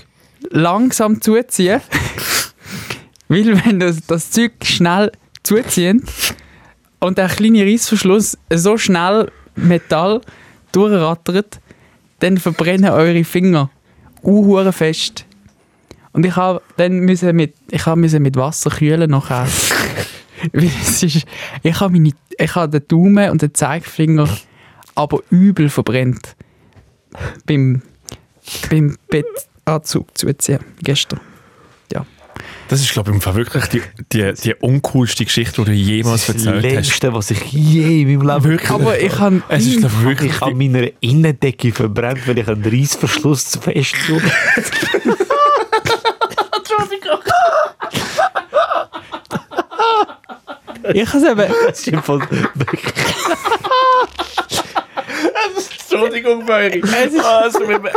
langsam zuziehen. <laughs> Weil wenn das, das Zeug schnell zuziehen und der kleine Reissverschluss so schnell Metall durchrattert, dann verbrennen eure Finger uhuere fest. Und ich habe dann müssen mit, ich habe müssen mit Wasser <laughs> kühlen nachher. Weil es ist, ich habe meine, ich habe den Daumen und den Zeigefinger aber übel verbrennt. Beim, beim Bettanzug zuziehen, gestern. Das ist, glaube ich, im Fall wirklich die, die, die uncoolste Geschichte, die du jemals Das erzählt hast. längste, was ich je in <laughs> meinem Leben Wirklich. Aber ich habe Es ist, glaube ich, wirklich. Ich habe meine Innendecke verbrennt, weil ich einen Reissverschluss zu fest tue. ich habe es eben, Das <laughs> ist voll wirklich. Entschuldigung, Möri. Es ist.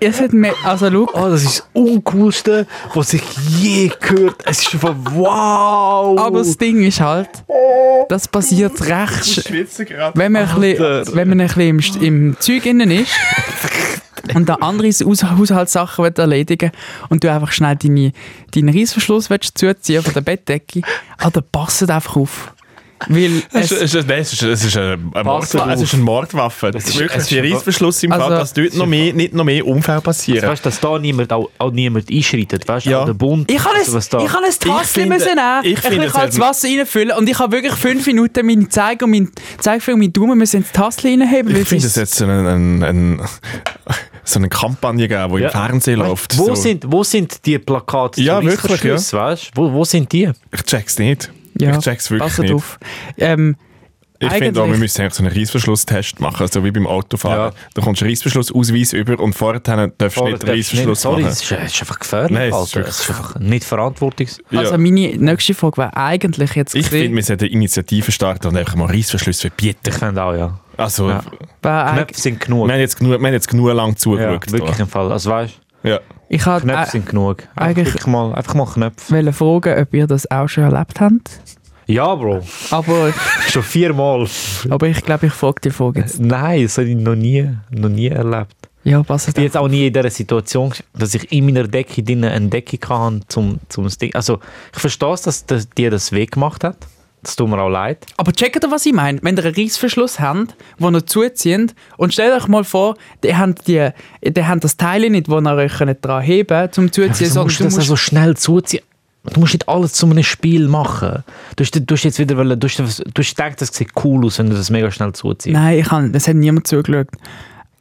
es hat mir, also schau, Oh, das ist das Uncoolste, was ich je gehört Es ist einfach wow! Oh. Aber das Ding ist halt, das passiert recht sch- schwitze gerade. wenn man, ein bisschen, wenn man ein bisschen im, St- im Zeug <laughs> innen ist und dann andere Haus Haushaltssachen will erledigen und du einfach schnell deine, deinen Reissverschluss willst zuziehen von der Bettdecke, ah, dann passt einfach auf. Weil Es es, ist, es, nein, es ist, es ist eine, eine, Pass Mordwaffe. Es auf. ist eine Mordwaffe. Das ist- ist wirklich es ist- ein Reissverschluss im Also- Fall, dass dort noch mehr, nicht noch mehr Unfälle Also, passieren. weißt du, dass da niemand, auch, auch niemand einschreitet, weißt du, Ja. auch der Bund. ich habe ein, also was da. ich habe ein Tassel finde- müssen nehmen, ich ich finde, es halt habe hat- das Wasser reinfüllen und ich habe wirklich fünf Minuten meine Zeige und meinen Zeigefinger und meinen Daumen müssen ins Tassel reinheben. weil Ich finde, es es jetzt so eine, eine, eine, so eine Kampagne gegeben, die Ja. im Fernsehen Weißt du, läuft. Wo, so. sind, wo sind die Plakate? Ja, zu wirklich, Reissverschluss, Weißt? du? Wo, wo sind die? Ich check's nicht. Ja, ich check's wirklich passet nicht. auf. Ähm, Ich finde auch, wir Eigentlich- müssen eigentlich so einen Reissverschlusstest machen, so wie beim Autofahren. Ja. Da kommst du einen Reissverschlussausweis über und vorher darfst du Oh, nicht das darfst du den Reissverschluss Sorry, machen. das ist, das ist einfach gefährlich. Nein, es ist Alter. wirklich- Das ist einfach nicht verantwortlich. Ja. Also meine nächste Frage wäre eigentlich jetzt ich finde, gewesen, wir sollten Initiativen starten und einfach mal Reissverschluss verbieten. Ich finde auch, ja. Also, Ja. wäre eig- Knöpfe sind genug. wir, haben jetzt genug, wir haben jetzt genug lang ja, zugeschaut. wirklich im Fall. Also weißt du, da. ja. ich äh, hatte Knöpfe sind genug. Einfach, eigentlich- wirklich mal, einfach mal Knöpfe. wollte fragen, ob ihr das auch schon erlebt habt. Ja, Bro. <laughs> Aber, Schon viermal. aber ich glaube, ich frage die Frage jetzt. Nein, das habe ich noch nie, noch nie erlebt. Ja, passt Ich bin auf. jetzt auch nie in dieser Situation, dass ich in meiner Decke drinnen eine Decke kann zum, zum das Ding. Also, ich verstehe es, dass das- dir das weh gemacht hat. Das tut mir auch leid. Aber checkt ihr, was ich meine? Wenn ihr einen Reissverschluss habt, den ihr zuzieht, und stellt euch mal vor, die haben, die, die haben das Teil nicht, wo ihr euch daran heben könnt, zum Zuziehen, Wieso musst du das also- musst- so schnell zuziehen? Du musst nicht alles zu einem Spiel machen. Du hast, du hast jetzt wieder wollen, du hast, du hast gedacht, das sieht cool aus, wenn du das mega schnell zuziehst. Nein, ich kann, das hat niemand zugeschaut.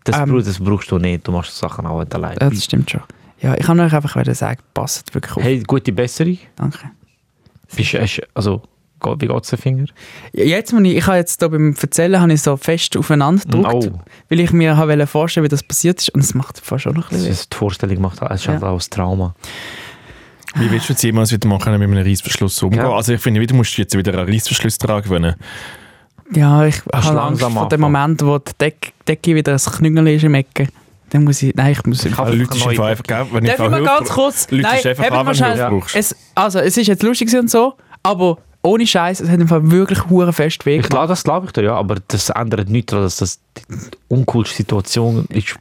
Das, ähm, brauchst, das brauchst du nicht. Du machst die Sachen auch nicht allein. Ja, das stimmt schon. Ja, ich kann euch einfach wieder sagen, passt wirklich auf. Hey, gute Besserung. Danke. Bist, hast, also, geht- wie geht's den Finger? Ja, Jetzt, wenn ich, ich habe jetzt da beim Erzählen habe ich so fest aufeinander gedrückt, Oh. weil ich mir habe wollte vorstellen, wie das passiert ist. Und es macht fast schon noch ein Das bisschen weh. ist die Vorstellung gemacht. Das ist Ja. einfach auch ein Trauma. Wie willst du jetzt jemals wieder machen, mit einem Reissverschluss umgehen? Ja. Also ich finde, wieder musst du jetzt wieder einen Reissverschluss dran gewöhnen. Ja, ich habe Angst langsam vor dem anfangen. Moment, wo die Deck, Decke wieder ein Knüngel ist im Ecken. Dann muss ich, nein, ich muss... Ich habe Also, Leute, eine ist neue im Fall einfach, gell, wenn Darf Fall ich mal Hilfe ganz brauch- kurz... Leute, nein, ist einfach habt an, wenn du wahrscheinlich- Hilfe brauchst. Es, also, es ist jetzt lustig und so, aber ohne Scheiß, es hat im Fall wirklich hure fest weh Ich gemacht. glaube, das glaube ich dir, ja, aber das ändert nichts daran, dass das die uncoolste Situation ist,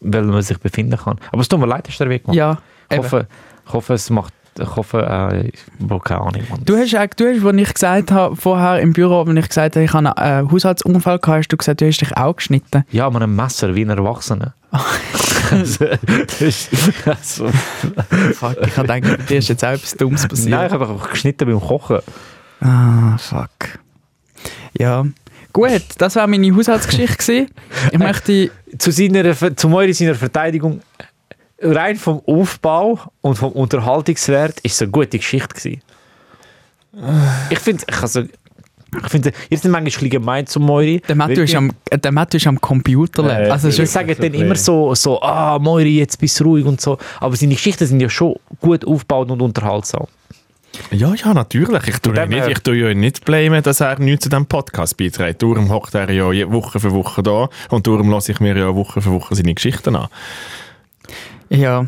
weil man sich befinden kann. Aber es tut mir leid, dass der Weg gemacht. Ja, ich, eben. hoffe, ich hoffe, es macht. Ich hoffe, äh, ich- boah, keine Ahnung. Mann. Du hast, auch- du hast, als ich gesagt habe, vorher im Büro, wenn ich gesagt habe, ich habe einen äh, Haushaltsunfall gehabt, hast du gesagt, du hast dich auch geschnitten. ja, mit einem Messer, wie ein Erwachsener. <laughs> also, das ist- also, <laughs> Fuck, ich habe gedacht, bei dir ist jetzt auch etwas <laughs> Dummes passiert. nein, ich habe einfach geschnitten beim Kochen. Ah, fuck. Ja. Gut, das war meine Haushaltsgeschichte. gewesen. <laughs> Ich möchte. zu, seiner, Ver- zu Moiri seiner Verteidigung, rein vom Aufbau und vom Unterhaltungswert ist es eine gute Geschichte gewesen. Ich finde, ich also, ich finde, ihr seid manchmal ein bisschen gemein zu Moiri. Der Matthew weil ist ihr- am, äh, der Matthew ist am Computer. Äh, lehrt. also, Ihr schon, sagt dann immer so, so, ah, Moiri, jetzt bist du ruhig und so. Aber seine Geschichten sind ja schon gut aufgebaut und unterhaltsam. Ja, ja, natürlich. Ich tue, Von ihn dem nicht, her- ich tue ihn nicht blamen, dass er nichts zu diesem Podcast beiträgt. Darum hockt er ja je- Woche für Woche da und darum lasse ich mir ja Woche für Woche seine Geschichten an. ja.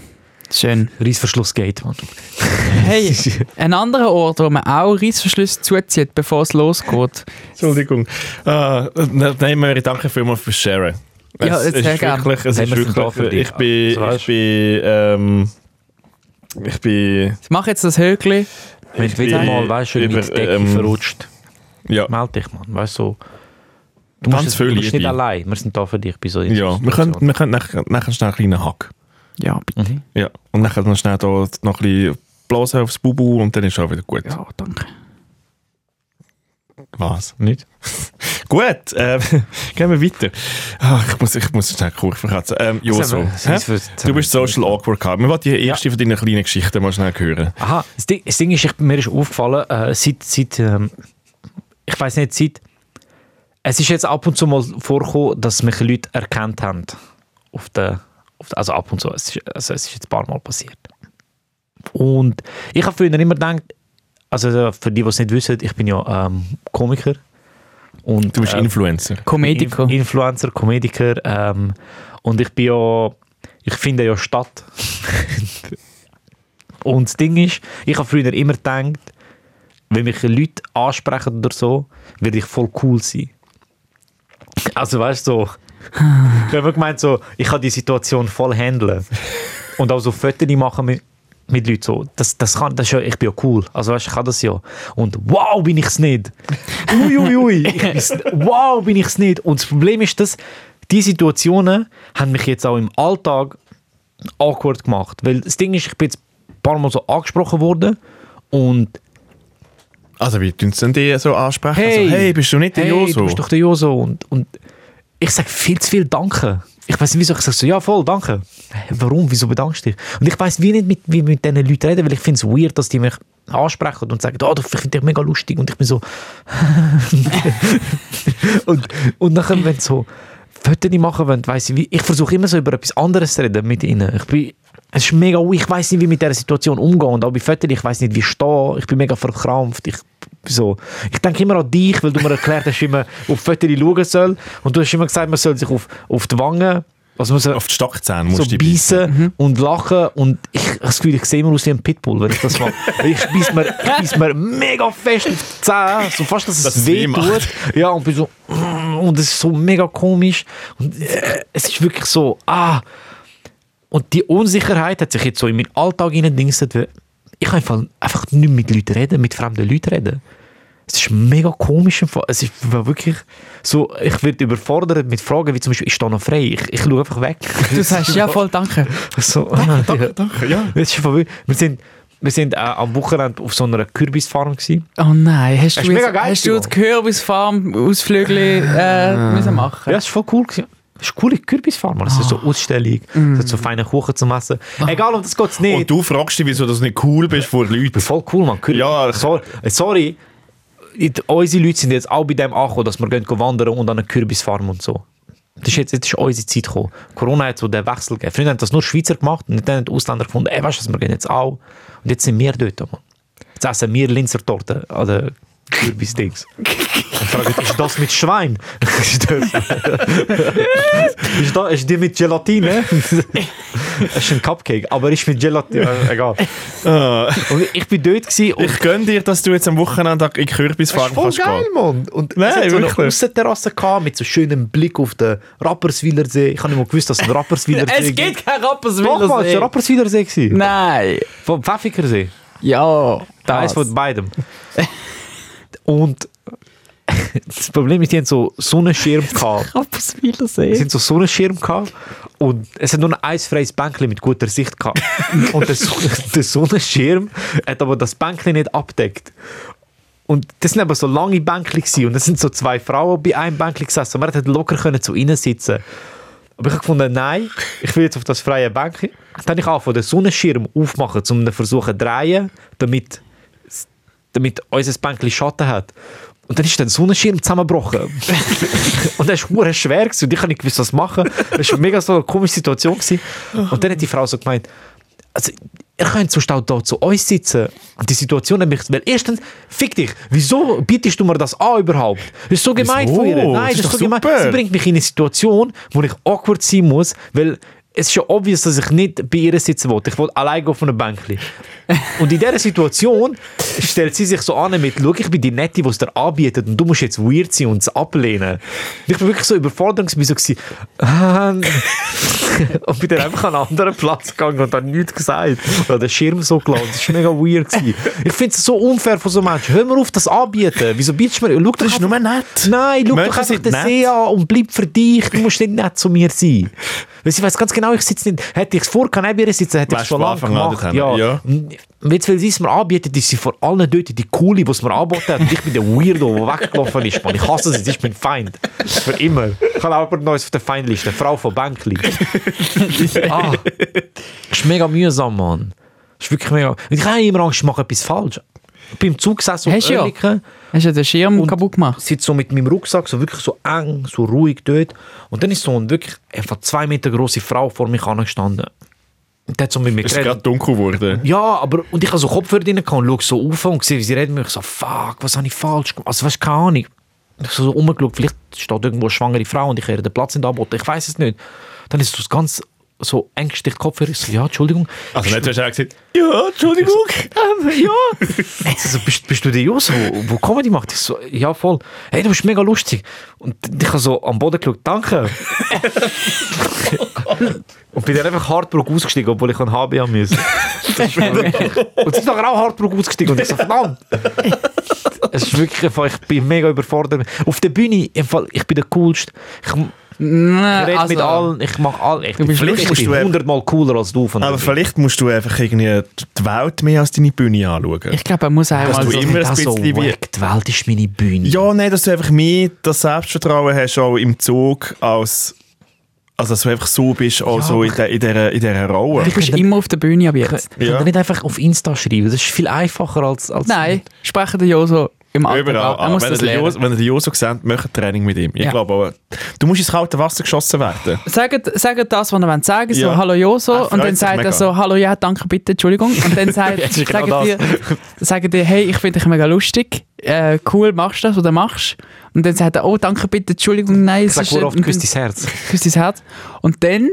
Schön. Reissverschlussgate, Mann. <laughs> Hey, ein anderer Ort, wo man auch Reissverschlüsse zuzieht, bevor es losgeht. Entschuldigung. Ah, nein, Möri, danke vielmals fürs Sharen. Ja, es, sehr es ist gerne. wirklich, es Hey, ist wir sind da für wirklich, dich. ich bin, Also, weißt ich bin, ähm, ich bin, Ich mache jetzt das Höckli. Wenn Ich du wieder bin mal, weißt du, in die über- Decke ähm, verrutscht, ja, melde dich, Mann. Weißt du, so. du Ganz musst, viel du bist nicht Liebe. allein. Wir sind da für dich bei so einer ja. Wir Situation. können, wir können nachher, nachher schnell einen kleinen Hack. Ja, bitte. Ja. Und dann können wir schnell da noch ein bisschen blasen aufs Bubu und dann ist auch wieder gut. Ja, danke. Was? <laughs> Nicht? Gut, äh, <laughs> gehen wir weiter. Ah, ich, muss, ich muss schnell kurz verkratzen. Ähm, Das Joso, haben wir- das haben wir- hä? das haben du wir- bist social awkward gehabt. Wir wollen die erste von deinen kleinen Geschichten mal schnell hören. Aha, das Ding, das Ding ist, ich, mir ist aufgefallen, äh, seit, seit ähm, ich weiß nicht, seit es ist jetzt ab und zu mal vorgekommen, dass mich Leute erkannt haben. Auf der, auf der, also ab und zu, es ist, also es ist jetzt ein paar Mal passiert. Und ich habe früher immer gedacht, also äh, für die, die es nicht wissen, ich bin ja ähm, Komiker. Und, Du bist äh, Influencer. Comedico. Inf- Influencer, Komediker. Ähm, und ich bin ja, ich finde ja statt. <laughs> und das Ding ist, ich habe früher immer gedacht, wenn mich Leute ansprechen oder so, werde ich voll cool sein. Also weißt du, so, ich habe gemeint, so, ich kann die Situation voll handeln. Und auch so Fotos machen mit, mit Leuten. So. Das, das kann, das ist ja, ich bin ja cool. Also weißt du, ich kann das ja. Und wow, bin ich es nicht. Ui, ui, ui. Ich bin's, wow, bin ich es nicht. Und das Problem ist, dass die Situationen haben mich jetzt auch im Alltag awkward gemacht. Weil das Ding ist, ich bin jetzt ein paar Mal so angesprochen worden und Also, wie tun sie denn die so ansprechen? Hey. also, hey bist du nicht der hey, Joso? du bist doch der Joso. Und, und ich sage viel zu viel Danke. Ich weiß nicht, wieso. Ich sage so, ja, voll, danke. Hä, Warum? Wieso bedankst du dich? Und ich weiß wie nicht, mit, wie mit diesen Leuten reden, weil ich finde es weird, dass die mich ansprechen und sagen, oh, du- ich finde dich mega lustig. Und ich bin so... und, und nachher, wenn sie so Fotos machen wollen, weiss ich wie... Ich versuche immer so über etwas anderes zu reden mit ihnen. Ich bin... Es ist mega... weird. Ich weiß nicht, wie mit dieser Situation umgehen. Und auch bei Fotos, ich weiß nicht, wie ich stehe. Ich bin mega verkrampft. Ich so. Ich denke immer an dich, weil du mir erklärt hast, wie man auf Fotos schauen soll. Und du hast immer gesagt, man soll sich auf, auf die Wangen, also man soll Auf die Stockzähne musst so du dich beißen und lachen. Und ich ich habe das Gefühl, ich sehe immer aus wie ein Pitbull, wenn ich das mache. Weil ich beiß mir, ich beiß mir mega fest auf die Zähne, so fast, dass es Dass es weh weh macht. tut. Ja, und bin so, mm, und es ist so mega komisch. Und äh, es ist wirklich so, ah. Und die Unsicherheit hat sich jetzt so in meinen Alltag hineingedingstet, weil ich kann einfach, einfach nicht mit Leuten reden, mit fremden Leuten reden. Es ist mega komisch. im Fall. Es ist wirklich so, ich werde überfordert mit Fragen wie zum Beispiel, ich stehe noch frei, ich, ich schaue einfach weg. Du <laughs> sagst ja voll danke. So, <laughs> ja. Danke, ja. Das ist voll wild. wir sind, wir sind äh, am Wochenende auf so einer Kürbisfarm. Gewesen. Oh nein, hast du, Ist jetzt, mega geil, Ah. hast du Timo. die Kürbisfarm-Ausflügel äh, müssen machen Ja, das war voll cool. Gewesen. Das ist eine coole Kürbisfarm. Mann. Es ist so Ah. Ausstellung, es hat so feine Kuchen zu essen. Egal, um das geht es nicht. Mm. Und du fragst dich, wieso du nicht cool bist vor Leuten. Voll cool, Mann. Kürbis. Ja, ich- sorry. Äh, sorry. I- Unsere Leute sind jetzt auch bei dem angekommen, dass wir gehen wandern und an eine Kürbisfarm und so. Das ist jetzt, jetzt ist unsere Zeit gekommen. Corona hat so den Wechsel gegeben. Früher haben das nur Schweizer gemacht und dann haben die Ausländer gefunden, ey, weißt du, was, wir gehen jetzt auch. Und jetzt sind wir dort, Mann. Jetzt essen wir Linzer Torte an den Kürbisdings. Und fragen, ist das mit Schwein? <laughs> ist, das, ist, das, ist die mit Gelatine? das ist ein Cupcake, aber ist mit Gelatine. Äh, Egal. Ah, Und ich bin dort gewesen und ich gönne dir, dass du jetzt am Wochenende in Kürbisfarm kannst gehen. Mann. Und Nein, es hat so eine wirklich. Aussenterrasse gehabt, mit so schönem Blick auf den Rapperswiler See. Ich habe nicht mal gewusst, dass <laughs> es ein Rapperswiler See Es gibt kein Doch, Mann, es war ein Rapperswiller Rapperswiler See. gewesen. Nein. Vom Pfäffikersee. Ja, Da ist das. von beidem. Ah, <laughs> Und das Problem ist, die haben so Sonnenschirm gehabt. Rapperswiller Es See. sind so Sonnenschirm gehabt und es hat nur ein eisfreies Bänkchen mit guter Sicht gehabt. und der, Son- der Sonnenschirm hat aber das Bänkchen nicht abdeckt. Und das sind aber so lange Bänkchen gewesen. und es sind so zwei Frauen bei einem Bänkchen gesessen. Man hätte locker können zu ihnen sitzen. Aber ich habe gefunden, nein, ich will jetzt auf das freie Bänkchen. Dann habe ich angefangen, den Sonnenschirm aufmachen, um ihn versuchen zu drehen, damit, damit unser Bänkchen Schatten hat. Und dann ist der Sonnenschirm zusammengebrochen. <laughs> Und das war verdammt schwer gewesen. und ich habe nicht gewusst, was machen. Das war mega so eine komische Situation. Gewesen. Und dann hat die Frau so gemeint, also, ihr könnt sonst auch da zu uns sitzen. Und die Situation hat mich, weil erstens, fick dich, wieso bietest du mir das an überhaupt? Das ist so gemein Wieso? von ihr. Nein, Das das, ist ist so doch gemein. super. Sie bringt mich in eine Situation, wo ich awkward sein muss, weil es ist ja obvious, dass ich nicht bei ihr sitzen wollte. Ich wollte allein auf einer Bänkli. Und in dieser Situation stellt sie sich so an mit, schau, ich bin die Nette, die es dir anbietet und du musst jetzt weird sein und es ablehnen. Und ich bin wirklich so überfordert und bin so gewesen, ähm, <laughs> und bin dann einfach an einen anderen Platz gegangen und habe nichts gesagt. Und habe den Schirm so gelassen. Das war mega weird. Gewesen. Ich finde es so unfair von so Menschen. Hör mal auf, das anbieten. Wieso bietest du mir? Schau Das doch ist nur nett. Nein, Menschen schau doch einfach sind den nett. See an und bleib für dich. Du musst nicht nett zu mir sein. Weil ich weiß ganz genau, ich sitze nicht. Hätte ich es vor, kann neben ihr sitzen, hätte ich es Weißt schon du, lange von Anfang an dort gemacht. ja. haben, ja. Und Jetzt, weil sie es mir anbietet, ist sie vor allen dort die Coole, die es mir anboten hat. Und ich bin der Weirdo, der weggelaufen ist. Mann. Ich hasse sie, sie ist mein Feind. Für immer. Ich habe aber Neues auf der Feindliste. Frau von <laughs> Bänkli. ah, ist mega mühsam, Mann. Ist wirklich mega. Und Ich habe immer Angst, ich mache etwas falsch. Ich bin im Zug gesessen Hast du ja. Oerlikon Hast du den Schirm Und- kaputt gemacht? sitze so mit meinem Rucksack so wirklich so eng, so ruhig dort. Und dann ist so eine wirklich einfach zwei Meter große Frau vor mich angestanden. Und die hat so mit mir Es ist gerade geredet. dunkel geworden. Ja, aber und ich habe so Kopfhörer drin gehabt und schaue so auf und sehe, wie sie reden. Und ich so, fuck, was habe ich falsch gemacht? Also, weißt du, keine Ahnung. Ich so, so rumgeschaut, vielleicht steht irgendwo eine schwangere Frau und ich höre den Platz in der Anboten. Ich weiß es nicht. Dann ist so das ganz so ängstlich die Kopfhörer. Ich so, ja, Entschuldigung. Also nicht, du hast auch gesagt, ja, Entschuldigung. Ähm, ja. Also, bist, bist du der Jus, wo, wo Comedy macht? Ich so, ja, voll. Hey, du bist mega lustig. Und ich habe so am Boden geschaut, <laughs> danke. Oh und bin dann einfach Hardbrook ausgestiegen, obwohl ich ein HB haben <laughs> musste. und sie ist nachher auch Hardbrook ausgestiegen und ich so, verdammt. Es ist wirklich einfach, ich bin mega überfordert. Auf der Bühne, im Fall, ich bin der Coolste. Ich Nein, also, rede mit allen, ich mache alle. Ich bin bist vielleicht also, lustig. ich bin hundertmal cooler als du von der Aber Bühne. vielleicht musst du einfach irgendwie die Welt mehr als deine Bühne anschauen. Ich glaube, er muss Dass einmal Also, du so... immer ein Das so, bisschen wie... wack, die Welt ist meine Bühne. Ja, nein, dass du einfach mehr das Selbstvertrauen hast, auch im Zug, als... Also, dass du einfach so bist, auch so in der- in dieser in dieser Rolle. Du bist immer auf der Bühne ab jetzt. Kann Ja. man nicht einfach auf Insta schreiben? Das ist viel einfacher als... als Nein, sprechen den Joso im Alltag Überall. Ah, ab. Er ah, muss wenn, das ihr den lernen. Jos- wenn ihr den Joso seht, macht Training mit ihm. Ich Ja. glaube aber, du musst ins kalte Wasser geschossen werden. Sagt, sagt das, was ihr wollt sagen so Ja. «Hallo Joso» Er und freut dann sich sagt mega. er so «Hallo, ja, danke, bitte, Entschuldigung» <laughs> und dann sagt, Das ist sagt, genau ihr, sagt ihr «Hey, ich finde dich mega lustig, äh, cool, machst du das, was du machst?» und dann sagt er «Oh, danke, bitte, Entschuldigung, nein, es Sag ist- wohl oft, und- küsst dein Herz. küsst dein Herz» und dann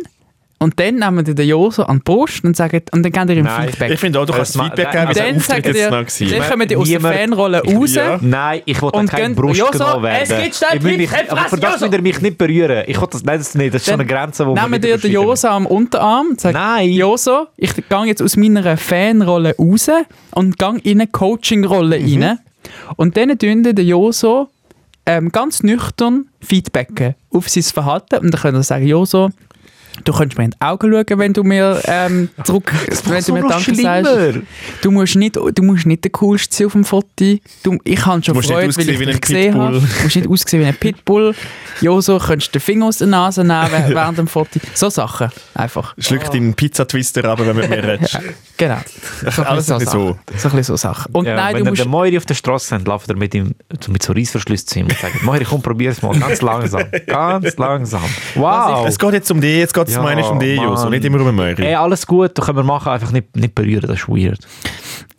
und dann nehmen die den Joso an die Brust und, sagen, und dann geben die ihm Nein. Ich Feedback. finde auch, du kannst Das ma- Feedback nein, geben, wie also der Dann Auftritt sagt jetzt ihr, noch war. dann kommen die aus der Niemand- Fanrolle raus. Ja. Nein, ich will Und und keine gehen- Brust Ja, so, genommen es werden. gibt Steine, Ich will Tipps, mich, halt aber für Fresse, das Joso. will er mich nicht berühren. Ich will das, nein, das, nicht. das ist so eine Grenze, die man Nehmen nicht dir den überschreiten Josa am Unterarm und sagen, Nein. Josa, ich gehe jetzt aus meiner Fanrolle raus und gehe in eine Coaching-Rolle Mhm. rein. Und dann tun dir den Joso ähm, ganz nüchtern Feedbacken auf sein Verhalten. Und dann können sie sagen, Joso, du könntest mir in die Augen schauen, wenn du mir <laughs> ähm, zurück, wenn macht du mir so noch Danke schlimmer. sagst. Du musst nicht, du musst nicht der Coolste sein auf dem Foto. Du, ich habe schon Du musst nicht Freude, weil aussehen ich wie dich ein gesehen habe. Du Pitbull. musst nicht aussehen wie ein Pitbull. Joso, könntest du den Finger aus der Nase nehmen <laughs> während- während dem Foto. So Sachen. Einfach. Schluck deinen Pizza-Twister ab, wenn du mit mir <laughs> redest. Genau. So ein Alles bisschen ein bisschen so. Sachen. So ein bisschen so Sachen. Und Ja, nein, wenn du ihr musst... den Moiri auf der Straße habt, lauft er mit ihm so- mit so Reissverschlüssen zu ihm und sagt, Moiri, komm, probier es mal, Oh, ganz langsam, ganz <laughs> langsam. Wow. Es geht jetzt um dich, jetzt geht es Ja, meines um dich, Mann. Joso, nicht immer um mich. Ey, alles gut, das können wir machen, einfach nicht, nicht berühren, das ist weird.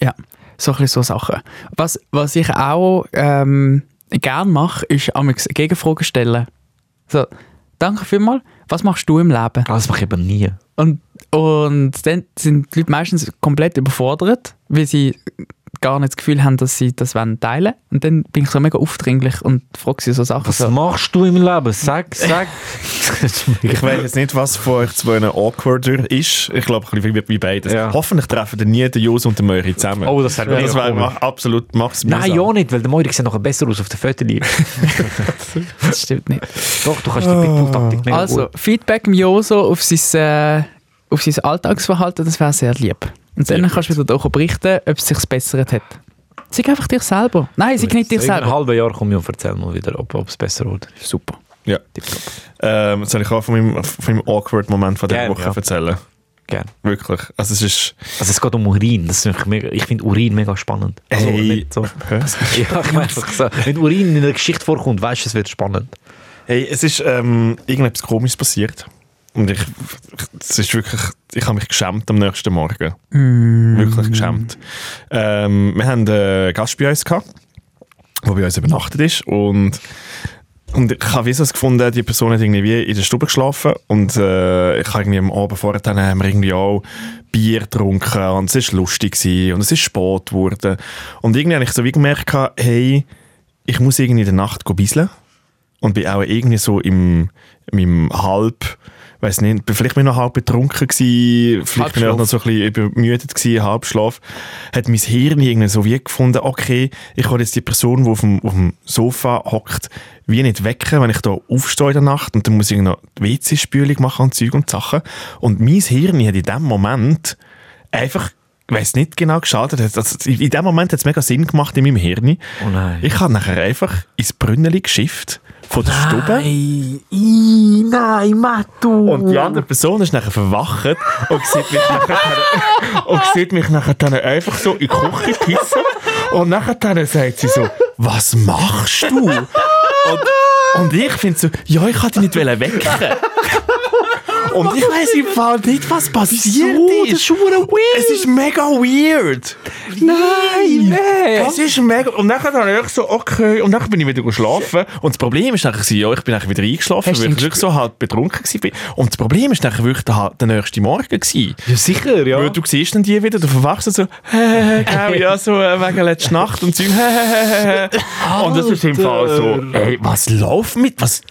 Ja, so ein bisschen so Sachen. Was, was ich auch ähm, gerne mache, ist einmal Gegenfragen stellen. So, danke vielmals. Was machst du im Leben? Das mache ich aber nie. Und, und dann sind die Leute meistens komplett überfordert, weil sie gar nicht das Gefühl haben, dass sie das wollen teilen wollen. Und dann bin ich so mega aufdringlich und frage sie so Sachen. Was So. machst du im Leben? Sag, sag. Ich weiß jetzt nicht, was von euch zwei awkwarder ist. Ich glaube, ein bisschen wie- wie beides. Ja. Hoffentlich treffen dann nie den Jos und den Möri zusammen. Oh, das wäre mega Das wäre komisch. ma- absolut max Nein, ja nicht, weil der Moiri sieht nachher besser aus auf der Fotos. Das stimmt nicht. Doch, du kannst die Pitbull-Taktik mega Also, gut. Feedback im Joso auf sein, äh, auf sein Alltagsverhalten, das wäre sehr lieb. Und dann kannst du wieder auch berichten, ob es sich verbessert hat. Sag einfach dich selber. Nein, sag nicht dich In einem selber. halben Jahr komme ich und erzähl mal wieder, ob ob es besser wurde. Super. Ja. Ähm, soll ich auch von meinem, von meinem awkward Moment von dieser Gerne, Woche ja. erzählen? Gerne. Wirklich. Also es ist... Also es geht um Urin. Das ist mega, ich finde Urin mega spannend. Also Hey. nicht so. <laughs> Ja, ich meine, so, wenn Urin in einer Geschichte vorkommt, weißt du, es wird spannend. Hey, es ist ähm, irgendetwas Komisches passiert. Und ich, ich- es ist wirklich, ich habe mich geschämt am nächsten Morgen. Wirklich geschämt. Ähm, wir haben einen Gast bei uns gehabt, der bei uns übernachtet ist. Und Und ich habe wie so das gefunden, die Person hat irgendwie wie in der Stube geschlafen und äh, ich habe irgendwie am Abend vorher dann haben wir irgendwie auch Bier getrunken und es war lustig gewesen, und es ist spät geworden. Und irgendwie habe ich so wie gemerkt, gehabt, hey, ich muss irgendwie in der Nacht go bisseln und bin auch irgendwie so im, im halb, weiß nicht, vielleicht bin ich noch halb betrunken gewesen, vielleicht bin ich auch noch so ein bisschen übermüdet gewesen, halb schlaf, hat mein Hirn irgendwie so wie gefunden, okay, ich will jetzt die Person, die auf dem, auf dem Sofa hockt, wie nicht wecken, wenn ich da aufstehe in der Nacht und dann muss ich noch die WC-Spülung machen und Zeug und Sachen. Und mein Hirn hat in dem Moment einfach ich weiß nicht genau geschadet. hat. Also in dem Moment hat es mega Sinn gemacht in meinem Hirn. Oh nein. Ich habe nachher einfach ins Brünneli geschifft von der Stube. nein, Matu! Und die andere Person ist nachher verwacht und sieht mich nachher, dann- und sieht mich nachher dann einfach so in die Küche kissen. Und nachher dann sagt sie so, was machst du? Und, und ich finde so, ja, ich wollte dich nicht wecken. Und ich weiß im Fall nicht, was passiert Wieso? Das ist. ist verdammt weird. Es ist mega weird. Nein, nein. Es ist mega... Und nachher dann ich so, okay... Und nachher bin ich wieder geschlafen. Und das Problem ist nachher, gewesen, ja, ich bin nachher wieder eingeschlafen, Hast weil du ich wirklich so halb betrunken war. Und das Problem ist nachher wirklich der, der nächste Morgen. Gewesen. Ja, sicher, ja. Weil du siehst dann die wieder, du verwachst und so, hä, hä, ja, so äh, wegen letzter Nacht und so, hä, hä, hä, hä. Und das ist im Fall so, ey, was läuft mit, was,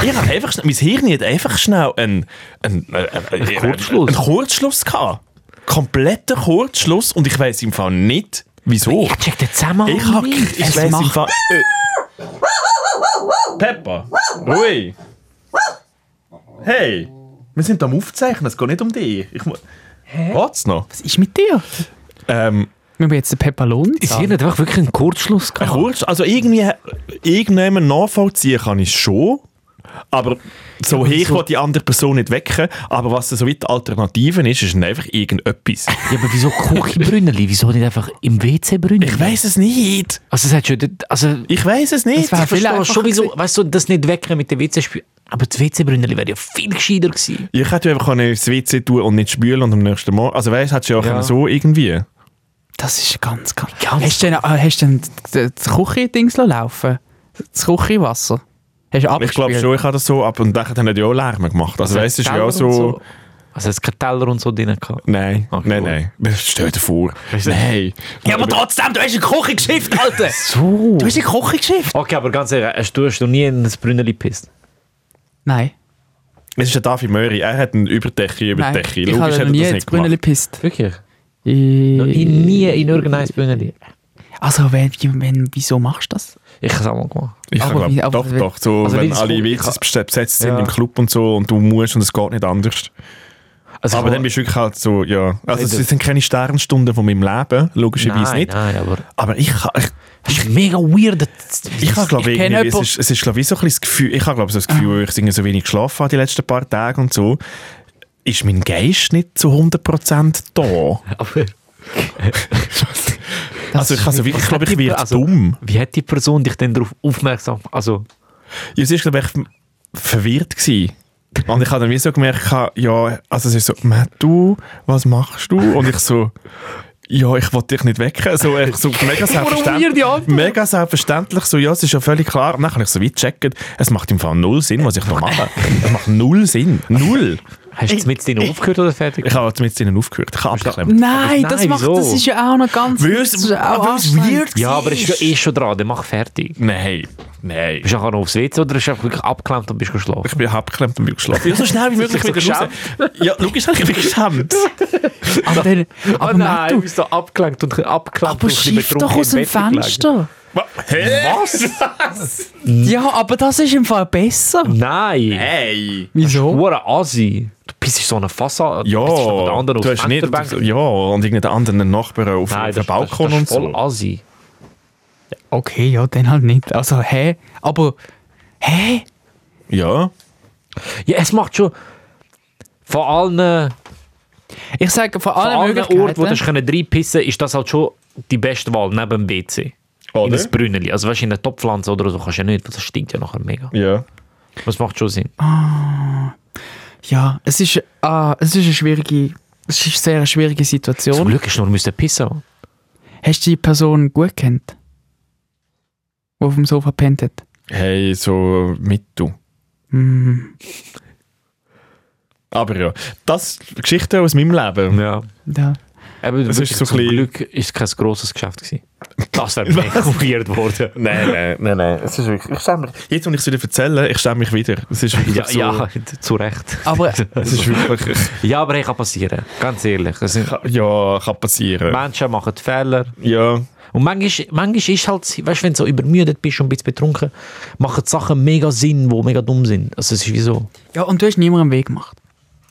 ich hab einfach, schnell- mein Hirn hat einfach schnell einen, einen, äh, äh, äh, Kurzschluss. einen Kurzschluss gehabt. Kompletter Kurzschluss und ich weiß im Fall nicht, wieso. Ich check den Zusammenhang Ich hab, nicht. ich Es weiss im macht- Fall, äh, Peppa, Rui, hey, wir sind am Aufzeichnen, es geht nicht um dich. Ich muss, geht's noch? Was ist mit dir? Ähm, Wir haben jetzt den Ah, Pepperlohn. Ist hier nicht einfach wirklich ein Kurzschluss gehabt? kurz, also irgendwie irgendjemand nachvollziehen kann ich schon, aber so hoch wieso- will die andere Person nicht wecken, aber was so weit Alternativen ist, ist einfach irgendetwas. Ja, aber wieso Küchenbrünneli? Wieso nicht einfach im WC-Brünneli? Ich weiß es nicht. Also, es hat schon... Also, Ich weiß es nicht. Es war ich verstehe einfach schon, wieso... Weißt du, das nicht wecken mit dem WC-Spiel... Aber das WC-Brünneli wäre ja viel gescheiter gewesen. Ich hätte einfach können ins WC tun und nicht spülen und am nächsten Morgen. Also weißt, hättest du ja, auch Ja. können so irgendwie. Das ist ganz, ganz... Hast du denn, ah, hast du denn d- d- das Küche-Dings laufen lassen? Das Küchenwasser? Hast du Ich glaube abgespült? schon, ich habe das so ab und dann hat ja auch Lärm gemacht. Also weißt, es ist ja auch Teller so. und Also, es hat keinen Teller und so drin gehabt. Nein, Ach, nein, cool. nein. Stell dir vor. Nein. trotzdem, du hast eine Küche geschifft, <laughs> Alter! so. Du hast in die Küche geschifft? Okay, aber ganz ehrlich, hast du, hast du nie in ein Brünneli gepisst? Nein. Es ist der David Möri, er hat einen Überdecke über Nein. Decke. ich Logisch habe hat er noch das nie nicht ins Brünneli gemacht. gepisst. Wirklich? Ich- In, nie in irgendein Brünneli. Also, wenn, wenn, wieso machst du das? Ich habe es auch mal gemacht. Ich Aber glaube, wie- aber doch, wie- doch. So, also wenn weil es alle cool- WCs besetzt sind Ja. im Club und so und du musst und es geht nicht anders. Also Aber ich- dann bist du wirklich halt so, ja. Also Nein, es sind keine Sternstunden von meinem Leben, logischerweise nein, nicht. Nein, aber Aber ich ha- ich, das ist mega weird. Das- ich habe glaube Ich ich, kenn irgendwie, es jemanden- ist, es ist glaube ich so ein bisschen das Gefühl, ich habe glaube so das Gefühl, ich singe so wenig geschlafen habe die letzten paar Tage und so, ist mein Geist nicht zu 100% da. aber <laughs> also ich, also, ich glaube, ich werde also, dumm. Wie hat die Person dich denn darauf aufmerksam Also, Ja, sie war, glaube ich, verwirrt. Gewesen. Und ich habe dann wie so gemerkt, ja, also sie so, «Matt, du, was machst du? Und ich so, ja, ich wollte dich nicht wecken. So, echt so mega, selbstverständlich, mega selbstverständlich, so, ja, es ist ja völlig klar. Und dann habe ich so weit gecheckt, es macht im Fall null Sinn, was ich da mache. Es macht null Sinn. Null. hast du jetzt mit denen aufgehört oder fertig? Ich habe zumindest ihnen aufgehört. Ich habe abgeklemmt. Nein, das nein, macht, wieso? das ist ja auch noch ganz... Weil es- das ist auch weil es anstrengend. weird ja, aber es ist ja eh schon dran, dann mach fertig. Nein, nein. Bist du auch noch aufs WC oder hast du einfach wirklich abgeklemmt und bist geschlafen? Ich bin abgeklemmt und bin geschlafen. Ja, so schnell wie möglich Hast du dich wieder so raus. Ja, logisch habe ich mich geschämt. Aber, dann, Oh, aber Matt, Oh du, bist so abgelenkt und abgelenkt aber schiff doch aus dem Fenster. Hä? Ja, aber das ist im Fall besser. Nein! Hey. Wieso? Hure Asi! Du bist so eine Fassade. Ja, du pissst von der anderen du aufs hast nicht, Fensterbank. ja, und irgendeinen anderen Nachbarn auf, Nein, auf das, dem Balkon das, das ist voll und so. Asi. Okay, ja, dann halt nicht. Also, hä? Aber, hä? Ja, Ja, es macht schon von allen, Ich sage, von von allen allen Möglichkeiten... Orten, wo du hast können reinpissen ist das halt schon die beste Wahl neben dem WC. In Oder? das Brünneli. Also weißt du, in der Topfpflanze oder so kannst du ja nicht, weil das stinkt ja nachher mega. ja. Das macht schon Sinn. Ja, es ist, ah, es ist eine schwierige... Es ist eine sehr schwierige Situation. Zum Glück ist nur müssen pissen. Hast du die Person gut kennt? Die auf dem Sofa pennt hat? Hey, so mittel. Aber ja, das Geschichte aus meinem Leben. Ja. Ja. Eben, Das wirklich, ist so zum ein Glück ist es kein grosses Geschäft gewesen. Das <laughs> wäre mega weird geworden. Nein, nein, nein, nein. Es ist wirklich, ich schäme mich. Jetzt, wo ich es dir erzähle, ich schäme mich wieder. Es ist wirklich Ja, so. ja, zu Recht. Aber Es ist wirklich, Ja, aber hey, kann passieren. Ganz ehrlich. Es sind, ja, kann passieren. Menschen machen Fehler. Ja. Und manchmal, manchmal ist halt, weißt du, wenn du so übermüdet bist und ein bisschen betrunken, machen die Sachen mega Sinn, die mega dumm sind. Also es ist wie so. ja, und du hast niemandem weh gemacht.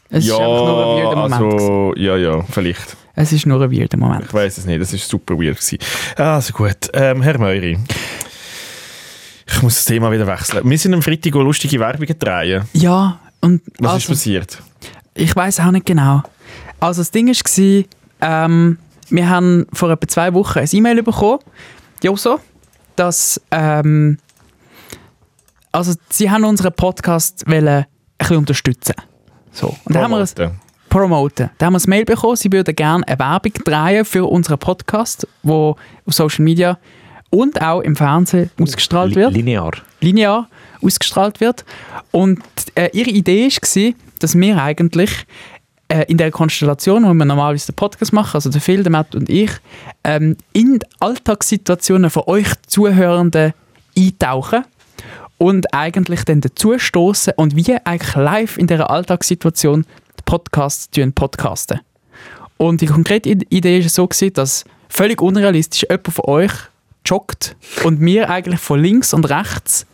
Es ja, ist einfach nur ein weirder Moment. gewesen. also, ja, ja, vielleicht. Es ist nur ein weirder Moment. Ich weiß es nicht, das war super weird. Gewesen. Also gut, ähm, Herr Meury. Ich muss das Thema wieder wechseln. Wir sind am Freitag auch lustige Werbungen drehen. Ja, und Was ist also, passiert? ich weiß auch nicht genau. Also das Ding war, ähm, wir haben vor etwa zwei Wochen ein E-Mail bekommen, Joso, dass ähm, also sie haben unseren Podcast wollen ein bisschen unterstützen. So. Und dann haben wir es Promoten. promoten. Da haben wir ein Mail bekommen, sie würden gerne eine Werbung drehen für unseren Podcast, wo auf Social Media und auch im Fernsehen ausgestrahlt li wird linear. linear ausgestrahlt wird. Und äh, ihre Idee war, dass wir eigentlich äh, in der Konstellation, wo wir normalerweise den Podcast machen, also der Phil, der Matt und ich, ähm, in die Alltagssituationen von euch Zuhörenden eintauchen und eigentlich dann dazu stoßen und wir eigentlich live in dieser Alltagssituation die Podcasts tun, podcasten. Und die konkrete I- Idee war so, gewesen, dass völlig unrealistisch jemand von euch joggt und wir eigentlich von links und rechts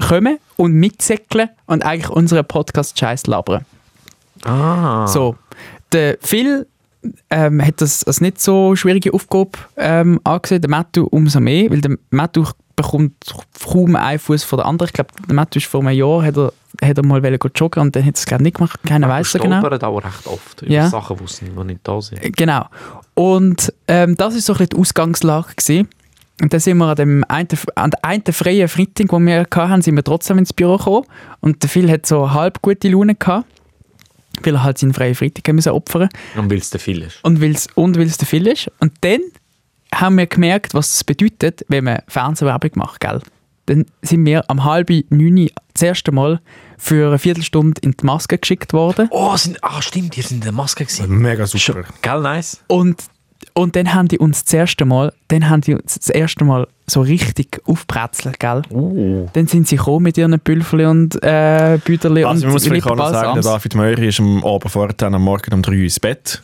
kommen und mitsäckeln und eigentlich unseren Podcast scheiß labern. Ah. So, der Phil ähm, hat das als nicht so schwierige Aufgabe ähm, angesehen, der Matthew umso mehr, weil der Matthew bekommt kaum einen Fuß von der anderen. Ich glaube, der Matthew ist vor einem Jahr, hat er, hat er mal wollen gehen joggen und dann hat er es glaube ich nicht gemacht, keiner weiß so genau. Stolpern auch recht oft über Ja. Sachen, die sind- die nicht da sind. Genau. Und ähm, das ist so ein bisschen die Ausgangslage. Gewesen. Und dann sind wir an dem einen, an der einen freien Freitag, den wir hatten, sind wir trotzdem ins Büro gekommen. Und der Phil hat so halb gute Laune gehabt, weil er halt seinen freien Freitag haben müssen opfern Und weil es der viel ist. und weil es und weil's der Phil ist. Und dann haben wir gemerkt, was es bedeutet, wenn man Fernsehwerbung macht, gell? Dann sind wir am halben neun das erste Mal für eine Viertelstunde in die Maske geschickt worden. Oh, sind, ah, stimmt, ihr sind in der Maske gewesen. Mega super. Gell, nice. Und, und dann haben die uns das erste Mal, dann haben die uns das erste Mal so richtig aufbrezelt, gell? Oh. Dann sind sie gekommen mit ihren Pülfli und äh, Büderli Also, man und muss vielleicht auch noch sagen, der Lippenbalsams. David Meury ist am Abend vorher am Morgen um 3 Uhr ins Bett.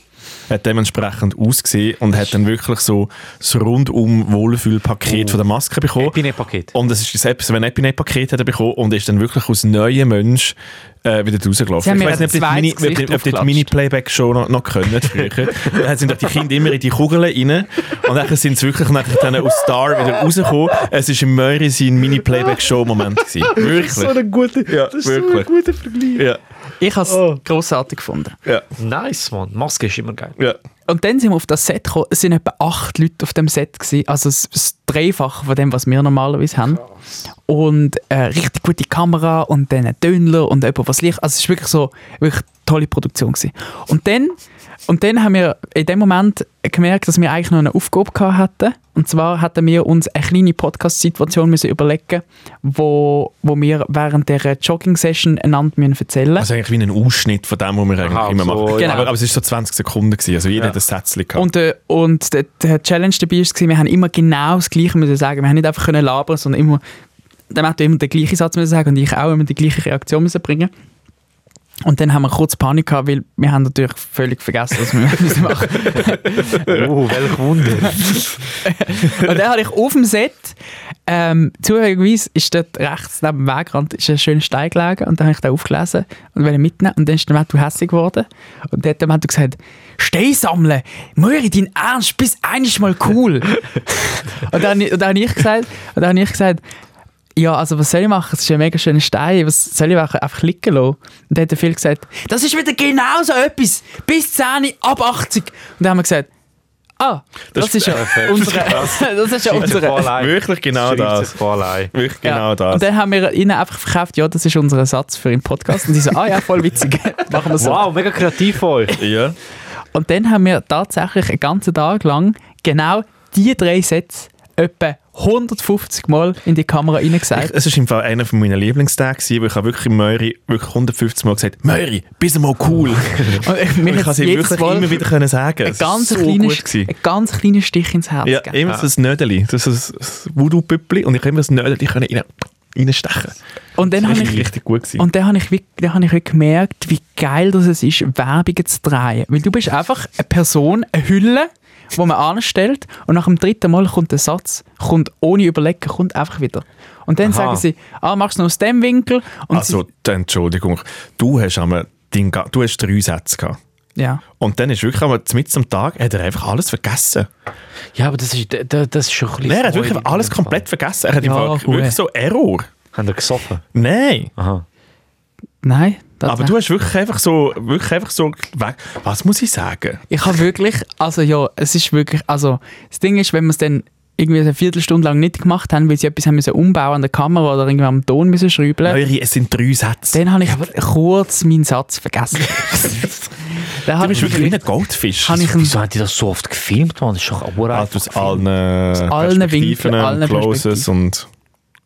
Hat dementsprechend ausgesehen und hat dann wirklich so das rundum Oh. Wohlfühlpaket von der Maske bekommen. Oh. Epine-Paket. Und es ist das Epi- so ein Epinet-Paket hat er bekommen und ist dann wirklich als neuer Mensch äh, wieder Sie rausgelaufen. haben Ich mir weiß ein nicht, ob die Mini- ob zweites Gesicht die- ob die die aufgeklatscht. Mini-Playback-Show noch, noch können <laughs> früher. dann sind doch die Kinder immer in die Kugeln rein und dann sind sie wirklich nachher dann aus Star wieder rausgekommen. Es war im Möri sein Mini-Playback-Show-Moment. <laughs> gewesen. Wirklich. So ein guter, Ja, das ist wirklich. so ein guter Vergleich. Ja, Ich habe es Oh. grossartig gefunden. ja, Nice, Mann. Maske ist immer geil. ja. Und dann sind wir auf das Set gekommen. Es waren etwa acht Leute auf dem Set. Gewesen. Also das, das Dreifache von dem, was wir normalerweise haben. Und äh, richtig gute Kamera und dann ein Döner und jemand, was Licht. Also es war wirklich so wirklich eine tolle Produktion. Gewesen. Und, dann, und dann haben wir in dem Moment gemerkt, dass wir eigentlich noch eine Aufgabe gehabt hatten. Und zwar hatten wir uns eine kleine Podcast-Situation müssen überlegen wo, wo wir während der Jogging-Session einander müssen erzählen müssen. Also eigentlich wie ein Ausschnitt von dem, was wir eigentlich Aha, immer so, machen. ja. Aber, aber es war so 20 Sekunden, gewesen, also jeder Ja. hat ein Sätzchen gehabt. Und, äh, und der, der Challenge dabei war, wir haben immer genau das Gleiche müssen sagen. Wir haben nicht einfach können labern, sondern immer, der Matthew immer den gleichen Satz müssen sagen und ich auch immer die gleiche Reaktion müssen bringen. Und dann haben wir kurz Panik gehabt, weil wir haben natürlich völlig vergessen, was wir <laughs> müssen machen. Oh, welch <laughs> Wunder. Und dann habe ich auf dem Set, ähm, zufälligerweise ist dort rechts neben dem Wegrand ist ein schöner Stein gelegen und dann habe ich den aufgelesen und wollte ihn mitnehmen und dann ist der Matthew hässlich geworden und dann hat der Matthew gesagt, Stein sammeln, Möri, dein Ernst, bist einiges mal <laughs> cool. und, dann, und dann habe ich gesagt, und dann habe ich gesagt, ja, also was soll ich machen? Es ist ein mega schöner Stein. Was soll ich machen? Einfach liegen lassen? Und dann hat der Phil gesagt, das ist wieder genau so etwas. Bis 10, ab 80. Und dann haben wir gesagt, ah, das, ist ja unsere... <laughs> das ist ja unsere... Wirklich genau das. Wirklich genau ja. das. Und dann haben wir ihnen einfach verkauft, ja, das ist unser Satz für den Podcast. Und sie so, ah ja, voll witzig, <laughs> machen wir so. Wow, mega kreativ von euch. ja. Und dann haben wir tatsächlich einen ganzen Tag lang genau die drei Sätze etwa 150 Mal in die Kamera Ich, reingesagt. es war im Fall einer von meinen Lieblingstage, gewesen, weil ich habe wirklich im Möri wirklich 150 Mal gesagt Möri, bist mal cool. Und ich, Und ich kann hat's sie wirklich immer wieder können sagen. einen Es war ganz, so kleinen, gut gewesen. einen ganz kleinen Stich ins Herz Ja, gegeben. immer so ein Nödeli, das ist ein Voodoo-Püppli und ich habe immer das Nödeli können rein, reinstechen. Und dann Das habe war ich richtig gut. Gewesen. Und dann habe ich, wie- dann habe ich wie gemerkt, wie geil das es ist, Werbungen zu drehen. Weil du bist einfach eine Person, eine Hülle, wo man anstellt und nach dem dritten Mal kommt der Satz, kommt ohne Überlegen, kommt einfach wieder. Und dann Aha. sagen sie, ah, machst du noch aus dem Winkel? Und also, dann, Entschuldigung, du hast, einmal dein, Ga- du hast drei Sätze gehabt. sie, ja. Und dann ist wirklich einmal mitten am Tag, hat er einfach alles vergessen. Ja, aber das ist, da- da- das ist schon ein bisschen. Nein, er hat freudig wirklich in alles dem Fall. komplett vergessen. Er hat Ja, im Fall gut. wirklich so Error. Haben wir gesoffen? Nein. Aha. Nein. das Aber nicht. du hast wirklich einfach so, wirklich einfach so weg. Was muss ich sagen? Ich habe wirklich, also ja, es ist wirklich, also das Ding ist, wenn wir es dann irgendwie eine Viertelstunde lang nicht gemacht haben, weil sie etwas haben müssen umbauen an der Kamera oder irgendwie am Ton müssen schrübeln. Neuri, es sind drei Sätze. Dann habe ich kurz meinen Satz <laughs> vergessen. Dann Du habe bist ich wirklich wie ein wirklich Goldfisch. habe ich einen Wieso haben die das so oft gefilmt, Mann? Das ist doch auch uralt. Also aus allen, aus allen Winkeln, allen Closes Perspektiven. und...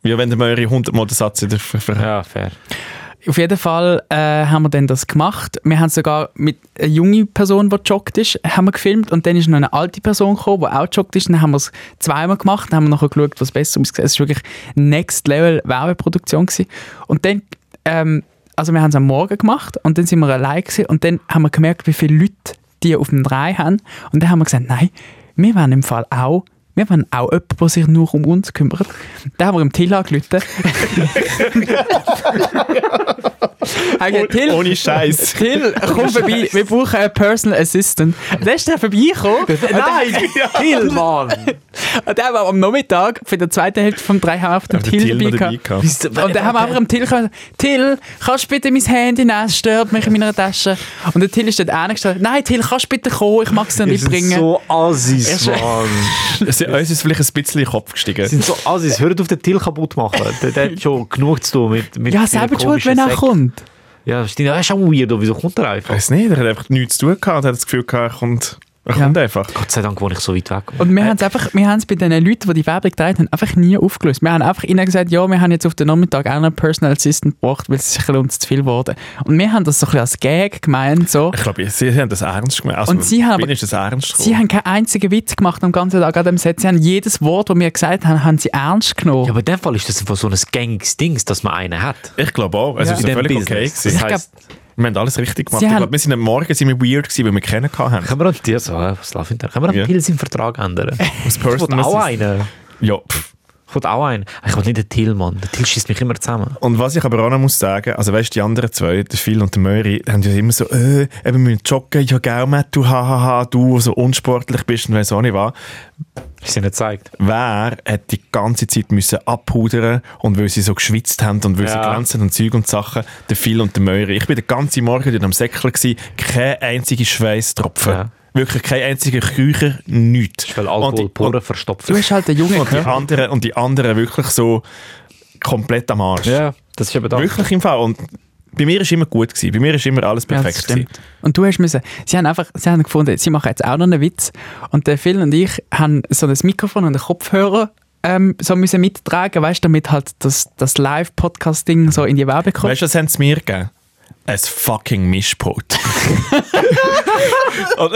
Ja, wenn der Möri 100 Mal den Satz wieder ver... ver Ja, fair. Auf jeden Fall äh, haben wir dann das gemacht. Wir haben sogar mit einer jungen Person, die gejoggt ist, haben wir gefilmt und dann ist noch eine alte Person gekommen, die auch gejoggt ist. Dann haben wir es zweimal gemacht, dann haben wir nachher geschaut, was besser aussieht. Es war wirklich Next Level Werbeproduktion. Gewesen. Und dann, ähm, also wir haben es am Morgen gemacht und dann sind wir allein gewesen, und dann haben wir gemerkt, wie viele Leute die auf dem Drei haben. Und dann haben wir gesagt, nein, wir wollen im Fall auch, wir wollen auch jemanden, der sich nur um uns kümmert. Dann haben wir im Till angerufen. Okay, Till, Ohne <laughs> Scheiß. Till, komm vorbei, wir brauchen einen Personal Assistant. Dann ist <laughs> der vorbeigekommen. Nein, Till, Mann! Und dann haben wir am Nachmittag für die zweite Hälfte vom Dreihaar auf den den Till Till noch dabei dabei gehabt. Und dann haben wir einfach am Till gesagt, Till, kannst du bitte mein Handy nehmen, es stört mich in meiner Tasche. Und der Till ist dort hergestellt, nein Till, kannst du bitte kommen, ich mag es dir nicht bringen. Assis, Ja, Es- Uns ist vielleicht ein bisschen in den Kopf gestiegen. sind so Assis. Hört auf, den Till kaputt machen. Der, der hat schon genug zu tun mit. mit ja, seinen selber die schuld, komischen wenn er Säcken. kommt. Ja, stimmt. Er ist auch weird. Wieso kommt er Ich einfach? weiß nicht, er hat einfach nichts zu tun gehabt und hat das Gefühl gehabt, er kommt, er Ja. kommt einfach. Gott sei Dank wohne ich so weit weg. Und wir haben es einfach, wir haben es bei den Leuten, die die Werbung gedreht haben, einfach nie aufgelöst. Wir haben einfach ihnen gesagt, ja, wir haben jetzt auf den Nachmittag auch noch einen Personal Assistant gebracht, weil es ist ein bisschen uns zu viel geworden. Und wir haben das so ein bisschen als Gag gemeint, so. Ich glaube, sie haben das ernst gemacht. Also, Und sie haben aber- bin ich das ernst Sie gekommen. haben keinen einzigen Witz gemacht am ganzen Tag an dem Set. Sie haben jedes Wort, das wir gesagt haben, haben sie ernst genommen. Ja, aber in dem Fall ist das einfach so ein gängiges Ding, dass man einen hat. Ich glaube auch. Also, Es Ja. ist In ja dem völlig Business. okay. Das Gewesen. Ich heisst, Wir haben alles richtig gemacht. Sie ich haben- glaube, wir sind am Morgen sind wir weird gewesen, weil wir kennen haben. Können wir an dir so, äh, was läuft hinter? Können wir an Ja. Till seinen Vertrag <laughs> ändern? Das Ich will auch einen. Ja. pff. Ich will auch einen. Ich will nicht den Till, Mann. Der Till schießt mich immer zusammen. Und was ich aber auch noch muss sagen, also weißt du, die anderen zwei, der Phil und der Möri, haben ja immer so, äh, eben wir müssen joggen, ja gell, Matt, du, hahaha, du, so unsportlich bist und weiss auch nicht was. Ist ihnen gezeigt. Wer hat die ganze Zeit müssen abpudern und weil sie so geschwitzt haben und weil sie Ja. glänzen und Zeug und Sachen, der Phil und der Möri. Ich bin den ganzen Morgen dort am Säckel, gewesen, kein einziger Schweißtropfen. Ja. Wirklich kein einziger Kücher, nichts. Weil Alkohol und, die- und, Poren verstopft. Du bist halt ein Junge, und, die gell? anderen, und die anderen wirklich so komplett am Arsch. Ja, das ist eben da. Wirklich im Fall. Und bei mir war immer gut. Gewesen. Bei mir war immer alles Ja, perfekt. das stimmt. Und du hast müssen, sie haben einfach, sie haben gefunden, sie machen jetzt auch noch einen Witz. Und der Phil und ich haben so ein Mikrofon und einen Kopfhörer ähm, so müssen mittragen, weißt du, damit halt das, das Live-Podcast-Ding so in die Werbung kommt. Weißt du, was haben sie mir gegeben? Ein fucking Mischpult. und,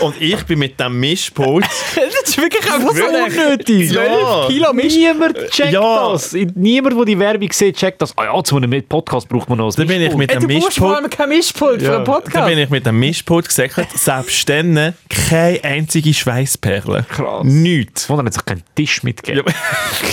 und ich bin mit dem Mischpult. das ist wirklich auch so unnötig. Ja. Kilo Mist. Niemand checkt Ja. das. Niemand, der die Werbung sieht, checkt das. Ah ja, zu einem Podcast braucht man noch Da ein bin ich mit Ey, dem du brauchst vor Mischpult. allem kein Mischpult für einen Da Podcast. bin ich mit dem Mischpult gesäckelt. Selbst dann keine einzige Schweißperle. Krass. Nichts. Von hat sich keinen Tisch mitgegeben.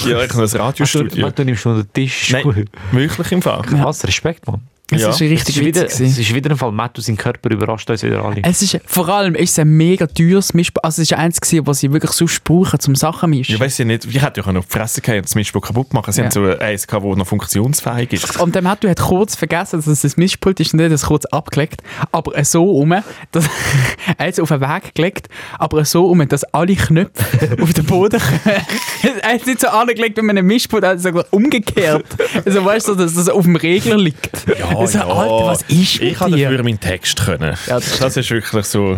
Ja, ja, ich habe ein du, Radiostudio. Mann, du nimmst nur den Tisch. Nein, wirklich im Fall. Krass, Respekt, Mann. Es Ja. ist Es ist, richtig wieder, witzig. es gewesen. ist wieder ein Fall, Matt, du seinen Körper überrascht uns wieder alle. Es ist, vor allem ist es ein mega teures Mischpult. Also es ist eins gewesen, was sie wirklich sonst brauchen, um Sachen mischen. Ich weiß ja nicht, ich hätte ja auf die Fresse gehabt und das Mischpult kaputt machen. Sie Ja. haben so eins gehabt, das noch funktionsfähig ist. Und der Matthew hat kurz vergessen, dass es ein Mischpult ist und hat es kurz abgelegt. Aber äh, so rum, dass, <laughs> er hat es auf den Weg gelegt, aber so rum, dass alle Knöpfe <laughs> auf den Boden kommen. er hat es nicht so angelegt, wie man ein Mischpult hat, sondern umgekehrt. Also weißt du, dass das auf dem Regler liegt. Ja, Also, Alter, was ist Ich mit kann dir? dafür meinen Text können. Ja, das das, ist wirklich so.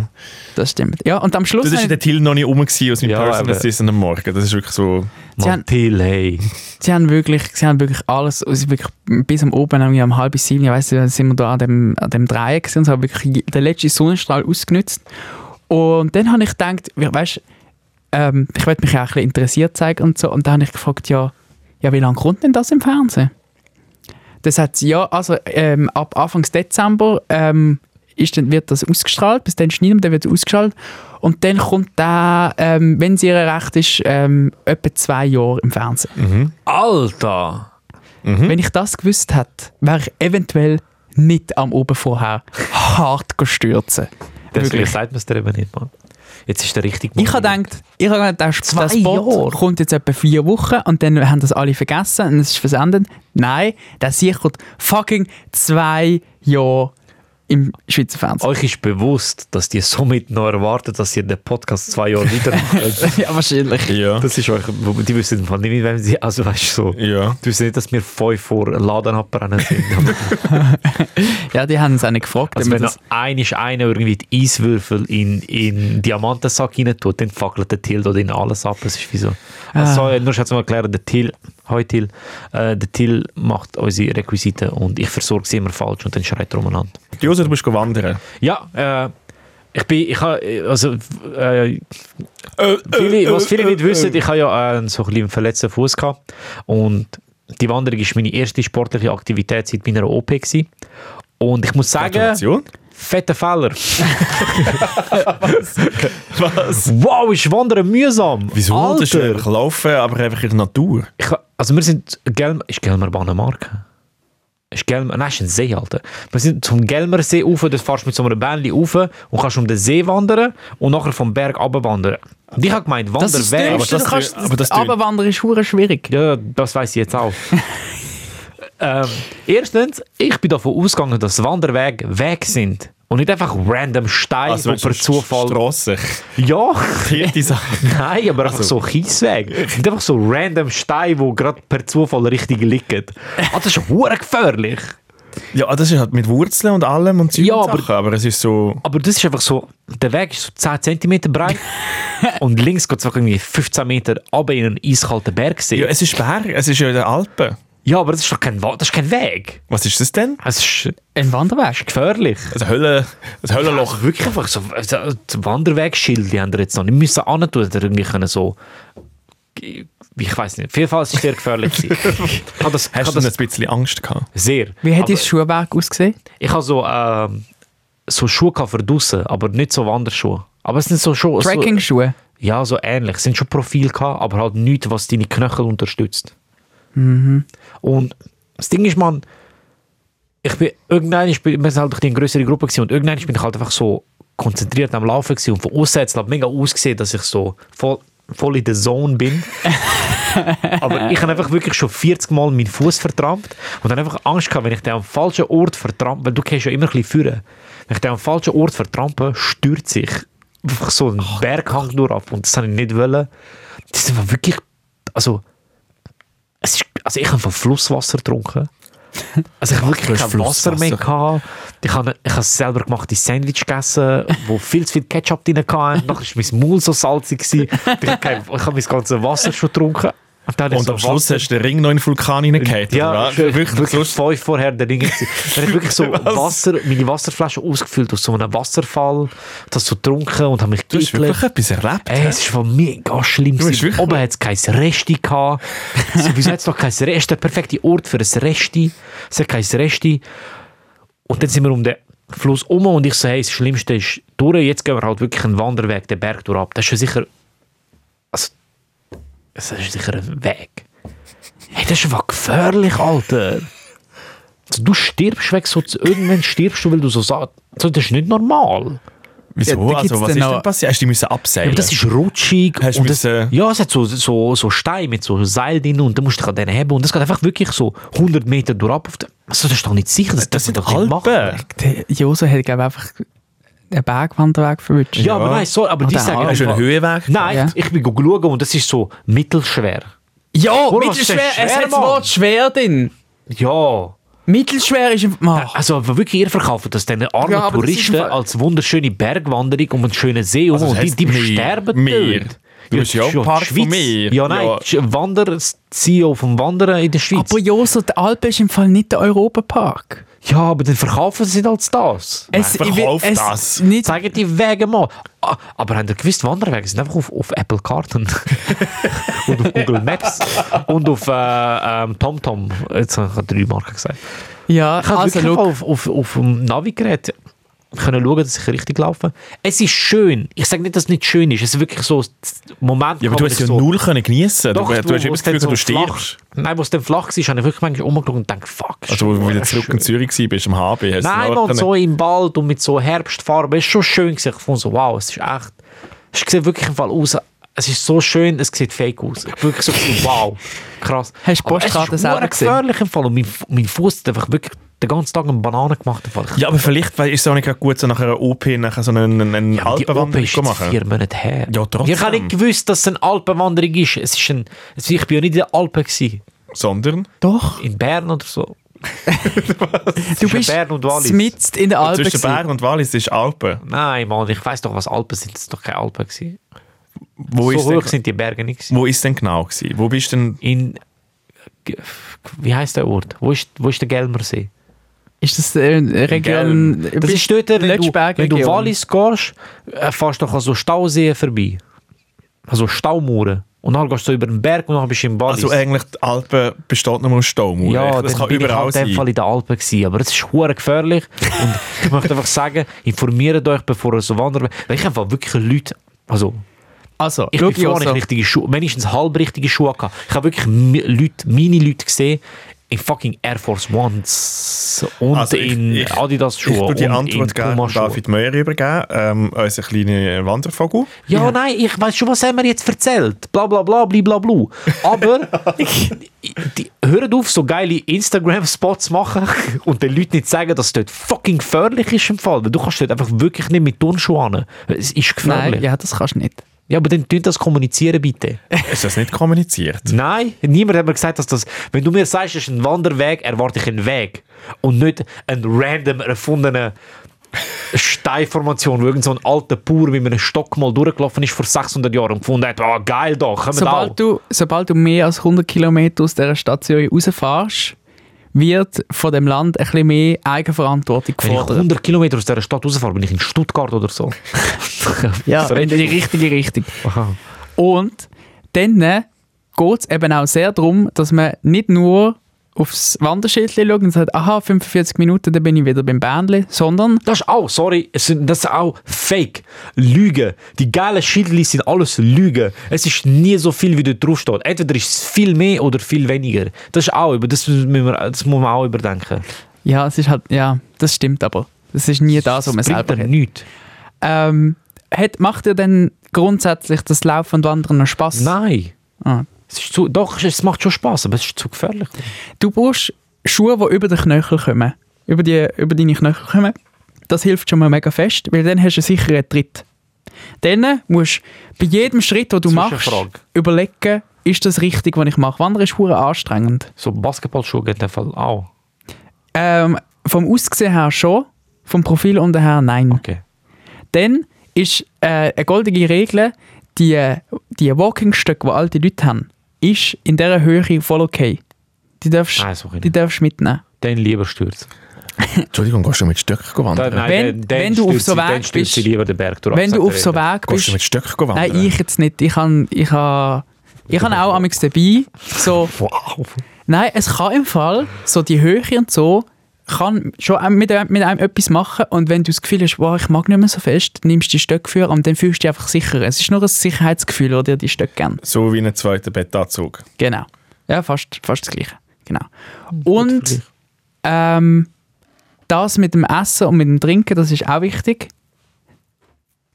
Das stimmt. Ja, und am Schluss... Das ist haben- der Till noch nicht rum gewesen aus meinem Ja, Personal eben. Assistant am Morgen. Das ist wirklich so. Sie haben- Montil, hey. sie haben wirklich, sie haben wirklich alles, also wirklich bis am Oben, irgendwie um halb sieben, ich weiss, nicht, sind wir da an dem, an dem Dreieck gewesen und haben wirklich den letzten Sonnenstrahl ausgenutzt. Und dann habe ich gedacht, we- weißt, ähm, ich werde mich ja auch ein bisschen interessiert zeigen und so. Und dann habe ich gefragt, ja, ja, wie lange kommt denn das im Fernsehen? Das hat sie- ja, also ähm, ab Anfang Dezember ähm, ist dann, wird das ausgestrahlt, bis dann schneiden wir, dann wird es ausgestrahlt. Und dann kommt da, ähm, wenn es ihr recht ist, ähm, etwa zwei Jahre im Fernsehen. Alter! Wenn ich das gewusst hätte, wäre ich eventuell nicht am Oben vorher hart gestürzt. Deswegen Wirklich. sagt man es dir eben nicht, Mann. Jetzt ist der richtige Ich habe Moment. gedacht, ich habe gedacht, der Sp- Zwei der Spot Jahre? kommt jetzt etwa vier Wochen und dann haben das alle vergessen und es ist versendet. Nein, der sichert fucking zwei Jahre im Schweizer Fernsehen. Euch ist bewusst, dass die somit noch erwartet, dass ihr den Podcast zwei Jahre <laughs> weitermacht. ja, wahrscheinlich. Ja. Das ist euch, die wissen im Fall nicht, mit wem sie, also weißt du, so. Ja. Die wissen nicht, dass wir fünf vor Laden abbrennen sind. Aber <laughs> Ja, die haben es auch nicht gefragt. also ob wenn das- noch ein ist einer irgendwie die Eiswürfel in in Diamantensack rein tut, dann fackelt der Till dort in alles ab. Das ist wie so. Also, sorry, nur schnell zu erklären, der Till, hoi Till, äh, der Till macht unsere Requisiten und ich versorge sie immer falsch und dann schreit er umeinander. Jose, du musst go wandern. Ja, äh, ich bin, ich habe, äh, also, äh, viele, was viele nicht wissen, ich habe ja äh, so ein bisschen einen verletzten Fuß gehabt und die Wanderung ist meine erste sportliche Aktivität seit meiner OP gewesen. und ich muss sagen, Gratulation. fetter Fehler. Was? Wow, ist Wandern mühsam. Wieso? Alter. Das ist einfach laufen, aber einfach in der Natur. Ich, ha- also wir sind Gelm, ist Gelmer Bahn eine Marke? Ist Gelmer, Ah, nein, ist ein See, Alter. Wir sind zum Gelmer See rauf, dort fährst du mit so einer Bändchen rauf und kannst um den See wandern und nachher vom Berg runterwandern. Und ich habe gemeint, Das ist Wanderweg. aber aber das das, kannst, tö- aber das tö- Abwandern ist hure schwierig. Ja, das weiß ich jetzt auch. ähm, erstens, ich bin davon ausgegangen, dass Wanderwege Weg sind und nicht einfach random Steine, also, meinst per du Zufall... Strassen, ja! vierte Sache. Nein, aber einfach so Kiesweg. Nicht einfach so random Steine, die gerade per Zufall richtig liegen. Ah, das ist hure gefährlich. Ja, das ist halt mit Wurzeln und allem und Zeug Ja, und aber- Sachen, aber es ist so... Aber das ist einfach so, der Weg ist so 10 cm <laughs> breit und links geht es irgendwie 15 Meter runter in einen eiskalten Bergsee. Ja, Ja, es ist Berg, es ist ja in den Alpen. aber das ist doch kein, Wa- das ist kein Weg. Was ist das denn? Es ist Ein Wanderweg. gefährlich. Ein, Hölle, ein Höllenloch. Doch wirklich einfach so, so so Wanderwegsschilder die haben da jetzt noch nicht müssen hin tun, hätte irgendwie können so... Ich weiß nicht, vielfalt ist sehr gefährlich. <laughs> gewesen. ich habe das, Hast ich habe du denn das ein bisschen Angst gehabt? sehr. Wie Aber- hätte das Schuhwerk ausgesehen? Ich habe so, ähm, so Schuhe gehabt für draussen, aber nicht so Wanderschuhe. Aber es sind so äh, Schuhe. So, Tracking-Schuhe. ja, so ähnlich. Es sind schon Profil gehabt, aber halt nichts, was deine Knöchel unterstützt. Und das Ding ist, man, ich bin irgendwann, ich bin, wir sind halt durch die größere Gruppe gewesen, und irgendwann bin ich halt einfach so konzentriert am Laufen gewesen. und von außen hat es halt mega ausgesehen, dass ich so voll, voll in der Zone bin. Aber ich habe einfach wirklich schon 40 Mal meinen Fuß vertrampt und dann einfach Angst gehabt, wenn ich den am falschen Ort vertrampe, weil du gehst ja immer ein bisschen führen. Wenn ich den am falschen Ort vertrampe, stürzt ich einfach so einen Berghang durch ab und das habe ich nicht wollen. Das ist einfach wirklich, also, es ist, also ich habe von Flusswasser <laughs> getrunken. Also ich habe wirklich kein Wasser mehr gehabt. Ich habe, ich habe selber gemachte Sandwich gegessen, wo viel zu viel Ketchup drin hatte. Nachher war mein Maul so salzig. gewesen. Ich habe, kein- ich habe mein ganzes Wasser schon getrunken. Und, dann habe ich Und so am Schluss Wasser- hast du den Ring noch in den Vulkan reingehauen. ja, oder? wirklich, wirklich fünf vorher der Ring. gewesen. Dann habe ich wirklich so Wasser, meine Wasserflasche ausgefüllt aus so einem Wasserfall, das so getrunken und habe mich Du hast geekelt. wirklich etwas erlebt. Ey, es war mega schlimm. Du bist gewesen. wirklich- Oben hat es kein Resti gehabt. So, Wieso hat es noch kein Resti? Es ist der perfekte Ort für ein Resti. Es hat kein Resti. Und dann sind wir um den Fluss um und ich so, hey, das Schlimmste ist durch. Jetzt gehen wir halt wirklich einen Wanderweg, den Berg durch ab. Das ist ja sicher... Also, das ist sicher ein Weg. Hey, das ist einfach gefährlich, Alter. Also, du stirbst weg, so, irgendwann stirbst du, weil du so sagst, so, das ist nicht normal. Wieso? Ja, da also, gibt's was dann ist noch- denn passiert? Hast du die müssen Ja, abseilen? aber das ist rutschig. Hast und das, müssen- ja, es hat so, so, so Steine mit so Seil drin und dann musst du dich an denen haben. Und das geht einfach wirklich so 100 Meter durchab. Auf den, also, das ist doch nicht sicher. Das, das sind darf man doch nicht machen. Alpen. Der Joso hat, glaube ich, einfach einen Bergwanderweg verwünscht. Ja, aber nein, sorry, aber die Oder sagen... Ah, Alpen. Hast du einen Höhenweg? Nein, Ja. ich bin schauen und das ist so mittelschwer. Ja, Boah, mit was dem ist denn Schwer, es schwer, hat das Mann? Wort schwer drin. Ja. Mittelschwer ist im. Oh. Also aber wirklich, ihr verkauft das den armen Ja, aber das ist Touristen im Fall- als wunderschöne Bergwanderung um einen schönen See um Also das und die, heisst die mehr- sterben mehr. dort. Du bist ja auch schon Part die von Schweiz. mir. Ja, nein, Ja. ja. Wanderer, CEO E vom Wandern in der Schweiz. Aber Joso, der Alpe ist im Fall nicht der Europapark. ja, aber dann verkaufen sie es als das. Es, Wer ich will- verkauft es, das? Nicht, Sagen die Wege mal. Ah, Aber haben ihr gewusst, Wanderwege sind einfach auf, auf Apple Karten und auf Google Maps und auf äh, ähm, TomTom. Jetzt habe ich drei Marken gesagt. ja, Ich habe also wirklich schau. auf, auf, auf dem Navigerät können schauen, dass ich richtig laufe. Es ist schön. Ich sage nicht, dass es nicht schön ist. Es ist wirklich so ein Moment. Ja, aber wo du man hast ja sich so, null können geniessen. Doch, Du, du hast wo- wo immer es das Gefühl, dann du so flach- stirbst. Nein, wo es dann flach war, habe ich wirklich manchmal umgeschaut und gedacht, fuck. ist Also, wo du schon wieder zurück schön. in Zürich warst, am HB. hast du Nein, noch mal können- so im Wald und mit so Herbstfarben. Es ist schon schön. gewesen. Ich fand so, wow, es ist echt. Es sieht wirklich im Fall aus. Es ist so schön, es sieht fake aus. Ich bin wirklich so, wow, krass. Hast du die Aber es ist Postkarte selber verdammt gesehen? gefährlich im Fall. Und mein, mein Fuß hat einfach wirklich den ganzen Tag eine Banane gemacht. Im Fall. Ich Ja, aber vielleicht weil- ist es auch nicht gerade gut, so nach einer OP nachher so einen, einen Ja, aber die Oper Alpenwanderung ist zu jetzt machen. vier Monate her. Ja, trotzdem. Ich habe nicht gewusst, dass es eine Alpenwanderung ist. Es ist ein, es- ich bin ja nicht in den Alpen. Gewesen. Sondern, Doch, In Bern oder so. du zwischen bist Bern und Wallis. mitten in der Alpe. zwischen gewesen. Bern und Wallis ist Alpen. Nein, Mann, ich weiß doch, was Alpen sind. Das sind doch keine Alpen. Gewesen. Wo, so ist hoch denn, sind die Berge nicht. Gewesen. wo ist denn genau gewesen? Wo bist denn... In. G- Wie heißt der Ort? Wo ist, wo ist der Gelmersee? Ist das äh, eine Region. Das ist dort, wenn du, wenn du Lötschbergregion. Wallis gehst, äh, fährst du doch an so Stauseen vorbei. Also Staumauern. Und dann gehst du über den Berg und dann bist du im Wallis. Also eigentlich, die Alpen besteht nur aus Staumauern. Ja, das dann kann bin ich überall halt in dem Fall sein. in den Alpen gewesen, aber es ist hure gefährlich und <laughs> ich möchte einfach sagen, informiert euch, bevor ihr so wandert. Weil ich einfach wirklich Leute, also Also, ich schau, bin froh, dass ich Joso. richtige Schuhe, wenigstens halb richtige Schuhe hatte. Ich habe wirklich mi- Leute, meine Leute gesehen in fucking Air Force Ones und Also ich- in ich- Adidas Ich Schuhen tue und die in Antwort gerne an Puma-Schuhen. David Meurer übergeben, ähm, unser kleiner Wandervogel. Ja, nein, ich weiß schon, was haben wir jetzt erzählt. Bla bla bla bli, bla bla. Aber die, hört auf, so geile Instagram-Spots machen <laughs> und den Leuten nicht sagen, dass es dort fucking gefährlich ist im Fall. Weil du kannst dort einfach wirklich nicht mit Turnschuhen hin. Es ist gefährlich. Nein, ja. ja, das kannst du nicht. aber dann tun das kommunizieren bitte. Ist das nicht kommuniziert? Nein, niemand hat mir gesagt, dass das. Wenn du mir sagst, es ist ein Wanderweg, erwarte ich einen Weg. Und nicht einen random erfundenen Steinformation, wo irgend so ein alter Bauer mit einem Stock mal durchgelaufen ist vor 600 Jahren und gefunden hat, ah geil da, kommen wir auch. Sobald du, sobald du mehr als 100 Kilometer aus dieser Station rausfährst, wird von dem Land ein bisschen mehr Eigenverantwortung Wenn ich gefordert. 100 Kilometer aus dieser Stadt rausfahre, bin ich in Stuttgart oder so. Ja, So in die richtig. richtige Richtung. Und dann geht es eben auch sehr darum, dass man nicht nur aufs Wanderschild schaut und sagt, aha, 45 Minuten, dann bin ich wieder beim Bändli, sondern Das ist auch, sorry, es sind- das ist auch Fake. Lügen. Die geilen Schildli sind alles Lügen. Es ist nie so viel, wie dort drauf steht. Entweder ist es viel mehr oder viel weniger. Das ist auch, über das, müssen wir, das muss man auch überdenken. ja, es ist halt, ja, das stimmt aber. Das ist nie das, was man Das bringt selber dir hat. nichts. Ähm, hat. Macht dir denn grundsätzlich das Laufen und Wandern noch Spass? Nein. Ah. Es ist zu, doch, es macht schon Spaß, aber es ist zu gefährlich. Du brauchst Schuhe, die über den Knöchel kommen. Über, die, über deine Knöchel kommen. Das hilft schon mal mega fest, weil dann hast du einen sicheren Tritt. Dann musst du bei jedem Schritt, den du machst, Zwischenfrage. überlegen, ist das richtig, was ich mache. Wandern ist hure anstrengend. So Basketballschuhe geht in dem Fall auch. Ähm, vom Aussehen her schon, vom Profil unten her nein. Okay. Dann ist äh, eine goldige Regel, die, die Walking-Stöcke, die alte Leute haben, ist in dieser Höhe voll okay. Die darfst Nein, Ah, so die nicht. darfst mitnehmen. Dann lieber stürzen. Entschuldigung, gehst du mit Stöcken Dann, wandern? nein, Wenn- dann- dann wenn du auf stürze- so dann Weg stürze bist- ich lieber den Berg durch. Wenn sagt du der auf so Redner. Weg Gehst du bist, mit Stöcken wandern? Nein, ich jetzt nicht. Ich habe ich han, ich han auch amigs dabei. So, Wow. nein, es kann im Fall so die Höhe und so kann schon auch mit, mit einem etwas machen und wenn du das Gefühl hast, wow, ich mag nicht mehr so fest, nimmst du die Stöcke für und dann fühlst du dich einfach sicherer. Es ist nur ein Sicherheitsgefühl, das dir die Stöcke geben. So wie einen zweiten Bettanzug. Genau. Ja, fast, fast das Gleiche. Genau. Und ähm, das mit dem Essen und mit dem Trinken, das ist auch wichtig.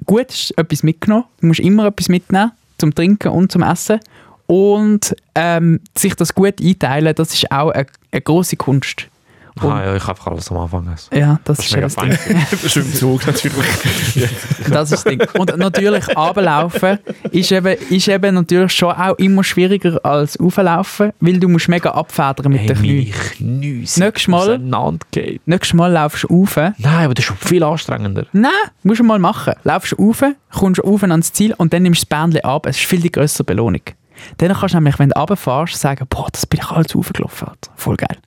Gut ist etwas mitgenommen. Du musst immer etwas mitnehmen zum Trinken und zum Essen. Und ähm, sich das gut einteilen, das ist auch eine, eine große Kunst. Und- Ah, ja, ich habe alles am Anfang. Also. Ja, das, Das ist ist mega das Ding. fein. Schön Zug natürlich. Das ist das Ding. Und natürlich, runterlaufen ist eben, ist eben natürlich schon auch immer schwieriger als rauflaufen, weil du musst mega abfedern mit Hey, den meine Knien. Knie sind Nächstes Mal- auseinandergeht. Nächstes Mal laufst du rauf. Nein, aber das ist schon viel anstrengender. Nein, musst du mal machen. Laufst du rauf, kommst rauf ans Ziel und dann nimmst du das Bändchen ab. Es ist viel die größere Belohnung. Dann kannst du nämlich, wenn du runterfährst, sagen, boah, das bin ich alles raufgelaufen. Alter. Voll geil.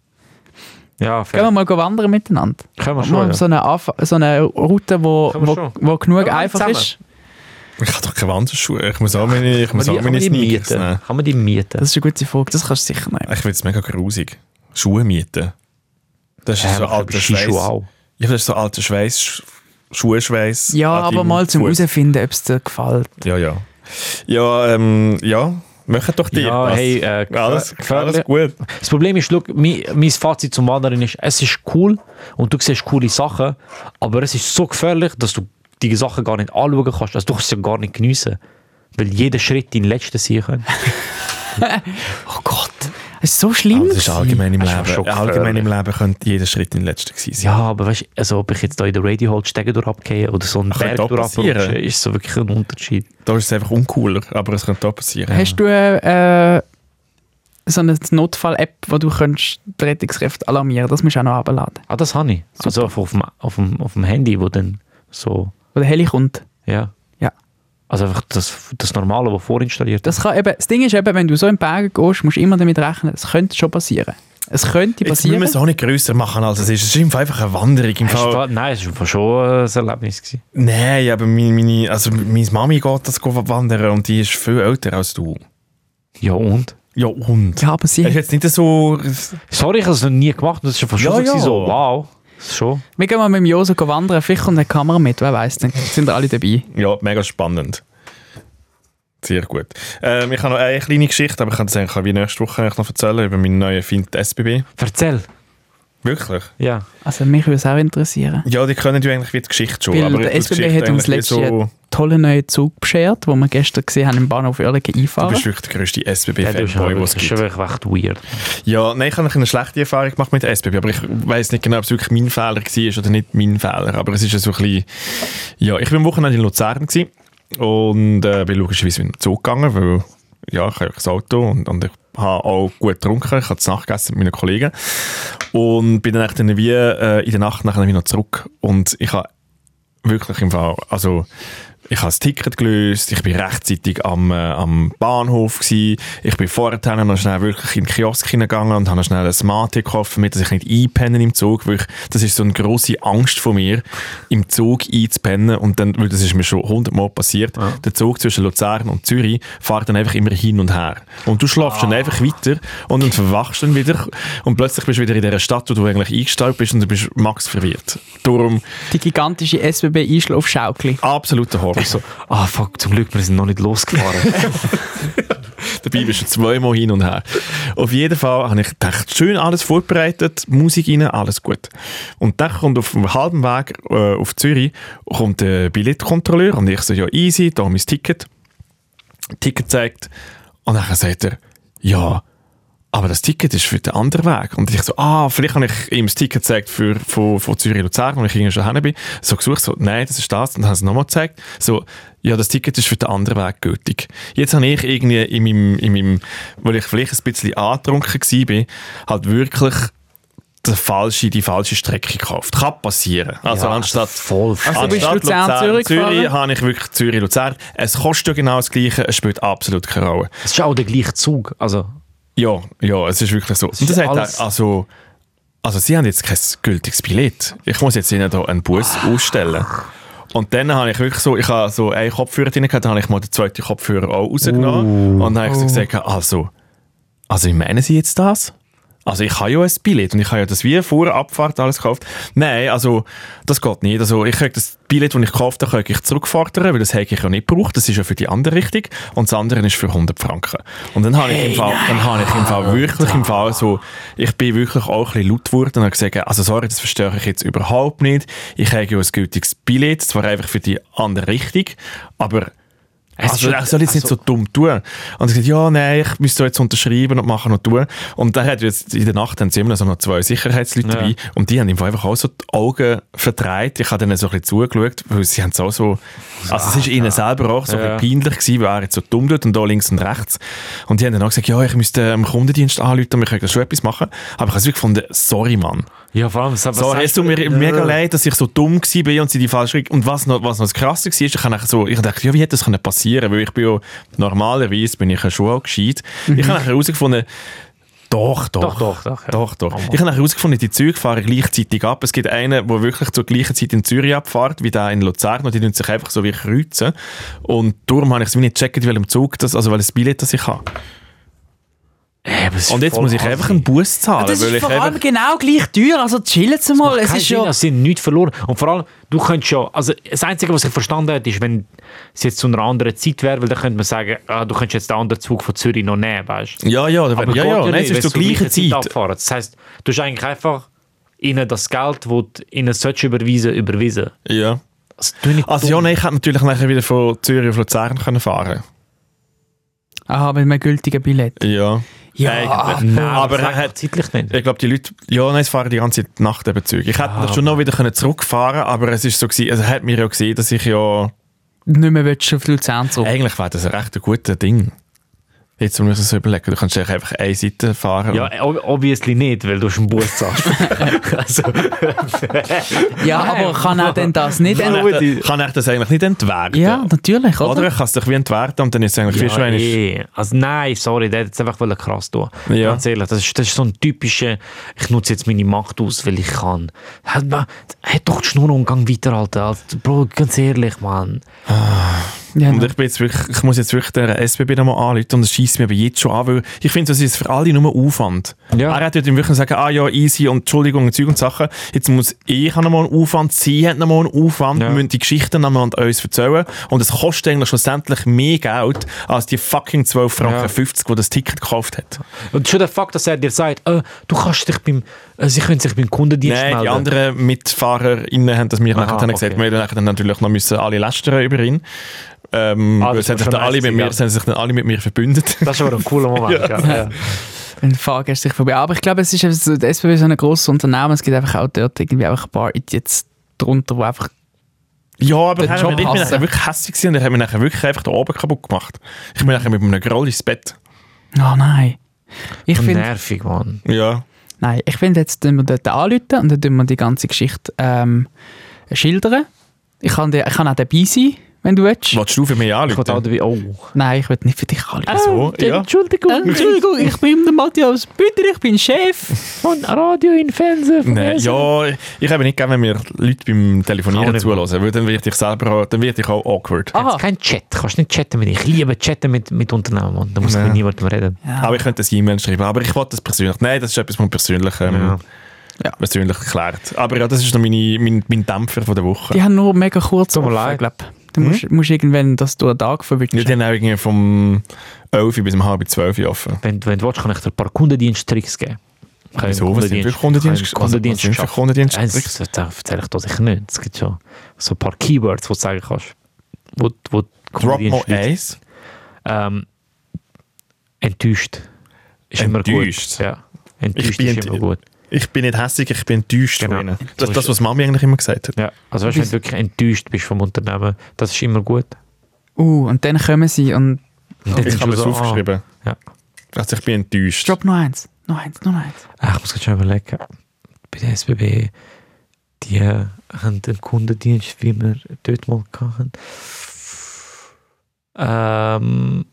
Ja, fair. Gehen wir mal go wandern miteinander. Können wir mal schon, ja. so, eine Anf so eine Route, wo, Können wir wo, schon. wo genug Ja, wir einfach zusammen. ist. Ich habe doch keine Wanderschuhe. Ich muss auch meine, ich muss auch Kann man meine die Sneakers nehmen. mieten? Kann man die mieten? Das ist eine gute Frage, das kannst du sicher nehmen. Ich finde es mega grusig. Schuhe mieten. Das ist so alter Schweiß. Skischuhe Ja, auch. das ist so alter Schweiß, Sch- Schuhschweiß. Ja, an aber deinem mal zum Fuß. herausfinden, ob es dir gefällt. Ja, ja. Ja, ähm, ja. Machen doch die. Ja, das. hey, äh, alles, gefährlich. alles gut. Das Problem ist, look, mein, mein Fazit zum Wandern ist, es ist cool und du siehst coole Sachen, aber es ist so gefährlich, dass du die Sachen gar nicht anschauen kannst. Also du kannst sie gar nicht geniessen. Weil jeder Schritt dein letzter sein kann. Oh Gott, es ist so schlimm. Das ist allgemein im Ah, Das ist schon Leben. gefährlich. Allgemein im Leben könnte jeder Schritt den letzten gewesen sein. Ja, aber weißt du, also, ob ich jetzt da in der Radio halt Stege durch abgehe oder so einen Berg könnte auch durch abrutsche, passieren. ist so wirklich ein Unterschied. Da ist es einfach uncooler, aber es könnte auch passieren. Hast du äh, äh, so eine Notfall-App, wo du könntest die Rettungskräfte alarmieren Das musst du auch noch herunterladen. Ah, das habe ich. Also auf, auf, dem, auf, dem, auf dem Handy, wo dann so, Wo der Heli kommt. ja. Ja. Also einfach das, das Normale, was vorinstalliert Das, kann eben, das Ding ist eben, wenn du so in die Berge gehst, musst du immer damit rechnen, es könnte schon passieren. Es könnte Jetzt müssen passieren. wir es auch nicht grösser machen, als es ist. Es ist im Fall einfach eine Wanderung. Im Hast du Fall, da- Nein, es war schon äh, ein Erlebnis. Gewesen. Nein, aber meine, meine, also meine Mami geht das go wandern und die ist viel älter als du. Ja und? Ja, und? Ja, aber Es ist sie, jetzt nicht so... Sorry, ich habe es noch nie gemacht. und Das ist schon Ja, schon ja. so, so, wow. Das ist Schon. wir gehen mal mit dem Joso go wandern, vielleicht kommt eine Kamera mit, wer weiß, dann sind alle dabei. Ja, mega spannend. Sehr gut. Ähm, ich habe noch eine kleine Geschichte, aber ich kann das eigentlich wie nächste Woche eigentlich noch erzählen über meinen neuen Find SBB. Erzähl. Wirklich? Ja. Also mich würde es auch interessieren. Ja, die können ja eigentlich wie die Geschichte schon. Weil aber der die SBB Geschichte hat uns eigentlich wie letztes Jahr tollen neuen Zug beschert, den wir gestern gesehen haben im Bahnhof Oerlikon Du einfahren. bist wirklich der grösste ja du bist SBB-Fanboy, schon, den es das ist schon gibt. wirklich echt weird. Ja, nein, ich habe eine schlechte Erfahrung gemacht mit der SBB, aber ich weiß nicht genau, ob es wirklich mein Fehler war oder nicht mein Fehler. Aber es ist ja so ein bisschen... Ja, ich war am Wochenende in Luzern gewesen und äh, bin logischerweise mit dem Zug gegangen, weil ja, ich habe ja das Auto und, und ich habe auch gut getrunken. Ich habe zu Nacht gegessen mit meinen Kollegen und bin dann, echt dann wie, äh, in der Nacht nachher wieder zurück und ich habe wirklich im Fall, also ich habe das Ticket gelöst, ich bin rechtzeitig am, äh, am Bahnhof gsi, ich bin vorher noch schnell wirklich in den Kiosk hineingegangen und habe noch schnell ein Mate gekauft, damit ich nicht einpenne im Zug, weil ich, das ist so eine grosse Angst von mir, im Zug einzupennen und dann, weil das ist mir schon hundertmal passiert, der Zug zwischen Luzern und Zürich fährt dann einfach immer hin und her und du schlafst dann einfach weiter und dann verwachst du dann wieder und plötzlich bist du wieder in dieser Stadt, wo du eigentlich eingestellt bist und du bist max verwirrt. Darum Die gigantische SBB-Einschlafschaukel. absoluter Horror. Ah, fuck, zum Glück, wir sind noch nicht losgefahren. Dabei bist du zweimal hin und her. Auf jeden Fall habe ich gedacht, schön alles vorbereitet, Musik rein, alles gut. Und dann kommt auf dem halben Weg äh, auf Zürich kommt der Billettkontrolleur und ich so, ja easy, da mein Ticket. Ticket zeigt und dann sagt er, ja, aber das Ticket ist für den anderen Weg. Und ich so, ah, vielleicht habe ich ihm das Ticket gezeigt für, von, von Zürich Luzern, wo ich irgendwie schon hin bin. So gesucht, so, nein, das ist das. Und dann haben sie nochmal gezeigt. So, ja, das Ticket ist für den anderen Weg gültig. Jetzt habe ich irgendwie in meinem, in meinem weil ich vielleicht ein bisschen angetrunken war, halt wirklich die falsche, die falsche Strecke gekauft. Kann passieren. Also anstatt voll. Also bist du Anstatt Luzern, Zürich Zürich gefahren? habe ich wirklich Zürich-Luzern. Es kostet ja genau das Gleiche, es spielt absolut keine Rolle. Es ist auch der gleiche Zug. Also, Ja, ja, es ist wirklich so. Und ist das hat alles- auch, also, also sie haben jetzt kein gültiges Billett. Ich muss jetzt ihnen hier einen Bus Ah. ausstellen. Und dann habe ich wirklich so, ich habe so einen Kopfhörer drin gehabt, dann habe ich mal den zweiten Kopfhörer auch rausgenommen. Uh. Und dann habe ich so Oh. gesagt, also, also wie meinen Sie jetzt das? Also ich habe ja ein Billett und ich habe ja das wie vor der Abfahrt alles gekauft. Nein, also das geht nicht. Also ich könnte das Billett, das ich gekauft habe, könnte ich zurückfordern, weil das habe ich ja nicht gebraucht. Das ist ja für die andere Richtung und das andere ist für 100 Franken. Und dann habe ich im Fall, dann habe ich im Fall wirklich im Fall so, ich bin wirklich auch ein bisschen laut geworden und habe gesagt, also sorry, das verstehe ich jetzt überhaupt nicht. Ich habe ja ein gültiges Billett, zwar einfach für die andere Richtung, aber Also, er soll jetzt nicht so dumm tun. Und ich gesagt, ja, nein, ich müsste jetzt unterschreiben und machen und tun. Und dann hat jetzt in der Nacht haben sie immer noch, so noch zwei Sicherheitsleute Ja. dabei und die haben ihm einfach auch so die Augen verdreht. Ich habe denen so ein bisschen zugeschaut, weil sie haben es auch so, also es ist ihnen selber auch so Ja. ein bisschen peinlich gewesen, weil er jetzt so dumm tut und da links und rechts. Und die haben dann auch gesagt, ja, ich müsste dem Kundendienst anrufen, wir können da schon etwas machen. Aber ich habe es wirklich gefunden, sorry, Mann. <laughs> Ja, vor allem, was So, es tut mir mega leid, dass ich so dumm war und sie die falsche Richtung- Und was noch, was noch das Krasse war, ist, ich, habe nachher so, ich dachte, ja, wie hätte das können passieren Weil ich bin ja, normalerweise bin ich ja schon auch gescheit. Ich habe nachher herausgefunden, doch, doch. Mhm. Doch, doch, doch, ja. doch, doch. Oh Mann. Ich habe nachher herausgefunden, die Züge fahren gleichzeitig ab. Es gibt einen, der wirklich zur gleichen Zeit in Zürich abfährt, wie der in Luzern. Und die tun sich einfach so wie kreuzen. Und darum habe ich es wie nicht gecheckt, welchem Zug das, also welches Billett das ich habe. Ey, aber es ist Und jetzt voll muss ich einfach einen assi. Bus zahlen. Das weil ist ich vor allem einfach, genau gleich teuer, also chillen Sie mal. Es Kein ist Sinn, ja... also sie haben nichts verloren. Und vor allem, du könntest ja, also das Einzige, was ich verstanden habe, ist, wenn es jetzt zu einer anderen Zeit wäre, weil dann könnte man sagen, ah, du könntest jetzt den anderen Zug von Zürich noch nehmen, weißt du? ja, ja, ja, Aber geht ja, nein, es nicht, ist wenn zur sie gleichen Zeit. abfahren. Das heisst, du hast eigentlich einfach ihnen das Geld, das du ihnen solltest überweisen, überweisen. Ja. Also, tu nicht Also dumm. ja, nein, ich hätte natürlich nachher wieder von Zürich auf Luzern können fahren Aha, mit einem gültigen Billett. Ja. Ja, Eigentlich. Nein, aber aber er das hat, hat zeitlich nicht. ich glaube, die Leute, ja, nein, es fahren die ganze Zeit Nacht eben Züge. Ich hätte Ah, schon noch wieder können zurückfahren aber es ist so gewesen, also er hat mir ja gesehen, dass ich ja, Nicht mehr willst du auf Luzern zurück. eigentlich wäre das ein recht gutes Ding. Jetzt müssen wir uns überlegen, du kannst einfach eine Seite fahren. Ja, ob- obviously nicht, weil du hast einen Bus zahlst. also, Ja, aber kann er denn das nicht? kann, ent- er, das- kann er das eigentlich nicht entwerten? Ja, natürlich, Oder, oder? er kann es doch wie entwerten und dann ist es eigentlich viel ja, schon einmal- eh. also nein, sorry, der hat jetzt einfach wollen krass tun. Ja. Ganz ehrlich, das ist, das ist so ein typischer, ich nutze jetzt meine Macht aus, weil ich kann. Hat, man, hat doch die Schnur und gang weiter, Alter. Also, Bro, ganz ehrlich, Mann. Ja, Mhm. Und ich, bin jetzt wirklich, ich muss jetzt wirklich der SBB nochmal anrufen und das schießt mir aber jetzt schon an, weil ich finde, das ist für alle nur Aufwand. Ja. Er hat ihm wirklich sagen, ah ja, easy und Entschuldigung und Zeug und Sachen. Jetzt muss ich habe nochmal einen Aufwand, sie hat nochmal einen Aufwand, Ja. müssen die Geschichten nochmal an uns erzählen und es kostet eigentlich schlussendlich mehr Geld als die fucking 12 Franken 50, die das Ticket gekauft hat. Und schon der Fakt, dass er dir sagt, äh, du kannst dich beim, äh, sie können sich beim Kundendienst Nein, melden. die anderen MitfahrerInnen haben das mir nachher dann gesagt. okay. Wir haben nachher dann natürlich noch müssen alle lästern über ihn. Ähm, Ah, weil es das haben war sich, schon dann alle nice mit mir, gewesen, es haben sich dann alle mit mir verbündet. Das war ein cooler Moment. <laughs> ja. Ja. Dann fahren sie sich vorbei. Aber ich glaube, es ist eben so- die SBB ist so ein grosses Unternehmen. Es gibt einfach auch dort irgendwie einfach ein paar Idiots drunter, die einfach. Ja, aber Den ich Job bin hassen. nachher wirklich hässlich gewesen und ich habe mich nachher wirklich einfach da oben kaputt gemacht. Ich bin nachher mit einem Groll ins Bett. Oh nein. Ich Und finde, nervig, Mann. Ja. nein, ich finde, jetzt tun wir dort anrufen und dann tun wir die ganze Geschichte ähm, schildern. Ich kann, dir, ich kann auch dabei sein, wenn du willst. Wolltest du für mich Ich wollte auch Ah, anrufen? dabei, oh. Nein, ich will nicht für dich anrufen. So, ja. Entschuldigung, Entschuldigung, ich bin der Matthias Büter, ich bin Chef. von Radio in Fernsehen. von Nein, SRF. ja, ich habe nicht gern, wenn mir Leute beim Auch Telefonieren nicht. zuhören, weil dann werde ich selber auch, dann werde ich auch awkward. Aha. Jetzt kein Chat. Kannst nicht chatten mit Ich liebe chatten mit, mit Unternehmen. Mann. Da muss ich Ja. mit niemandem reden. Aber ich könnte das E-Mail schreiben, aber ich wollte das persönlich. Nein, das ist etwas, was man persönlich, ähm, Ja. persönlich erklärt. Aber ja, das ist noch meine, mein, mein Dämpfer von der Woche. Die haben nur mega kurz Oh, Tut mir offen, leid. glaub. Du musst, musst irgendwann, dass du einen Tag verwünschst. Ja, die haben auch irgendwie vom 11 Uhr bis um halb 12 Uhr offen. Wenn, wenn du willst, kann ich dir ein paar Kundendienst-Tricks geben. Ich habe Wieso? einen Was sind für ich Kundendienst? habe einen Kundendienst was sind für geschafft. Kundendienst? Eins, das erzähle ich dir sicher nicht. Es gibt schon so ein paar Keywords, die du sagen kannst. Wo, wo die Drop mal Kundendienst- eins. ähm, Enttäuscht. Ist immer Enttäuscht. gut. Ja. Enttäuscht bin ist immer enttäuscht. gut. Ich bin nicht hässlich, ich bin enttäuscht Genau. von ihnen. Das ist das, was Mami eigentlich immer gesagt hat. Ja. Also weißt, du, wenn du wirklich enttäuscht bist vom Unternehmen, das ist immer gut. Uh, und dann kommen sie und Ich habe es so, ah. aufgeschrieben. Ja. Also ich bin enttäuscht. drop noch eins, noch eins, noch eins. Ah, ich muss gerade schon überlegen. Bei der SBB, die äh, haben den Kundendienst, wie wir dort mal hatten. Ähm,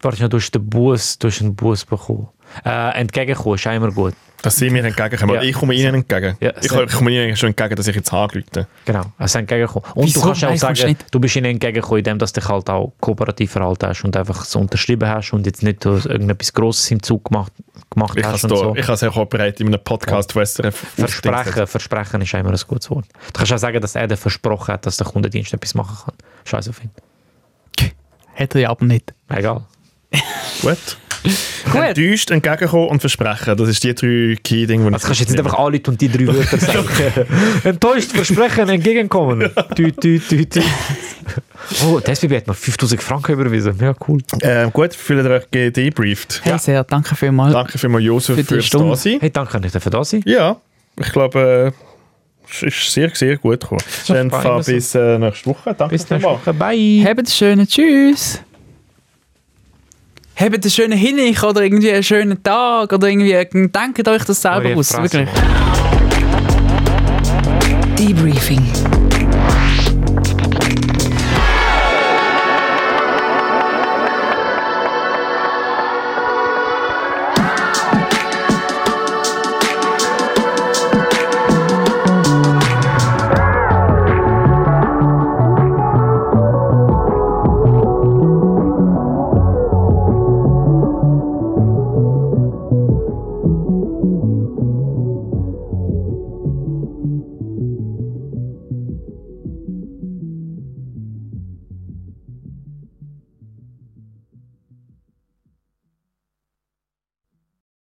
warte, du hast den Bus, du hast einen Bus bekommen. Äh, entgegenkommen ist auch immer gut. Dass sie mir entgegenkommen. Ja. Ich komme ihnen entgegen. Ja, ich, sehr. ich komme ihnen schon entgegen, dass ich jetzt anrufe. Genau, also entgegenkommen. Und Wieso? du kannst auch Nein, kannst du sagen, nicht. du bist ihnen entgegengekommen, indem dass du dich halt auch kooperativ verhalten hast und einfach so unterschrieben hast und jetzt nicht so irgendetwas Grosses im Zug gemacht, gemacht Ich habe es hast und so. auch operiert in einem Podcast von SRF. Versprechen, Versprechen ist immer ein gutes Wort. Du kannst auch sagen, dass er dir versprochen hat, dass der Kundendienst etwas machen kann. Scheiß auf ihn. Hat er ja aber nicht. Egal. <laughs> Gut. Enttäuscht, entgegenkommen und versprechen. Das ist die drei Key-Dinge, die Also kannst du jetzt nicht einfach anrufen und die <laughs> drei Wörter sagen. Enttäuscht, Versprechen, entgegenkommen. Tü, tü, tü, tü. Oh, der SBB hat noch 5000 Franken überwiesen. Ja, cool. Ähm, gut, fühlt ihr euch gedebrieft. Hey, sehr, danke vielmals. Danke vielmals, Josef, Für die fürs Stunde. Dasein. Hey, danke, ich darf da sein. Ja, ich glaube, äh, es ist sehr, sehr gut gekommen. Dann fein, fahr also. bis äh, nächste Woche. Danke Bis nächste vielmals. Woche. Bye. Habt einen schönen Tschüss. Habt einen schönen Hinweis oder irgendwie einen schönen Tag oder irgendwie denkt euch das selber Eure aus. Fresse. Wirklich. Debriefing.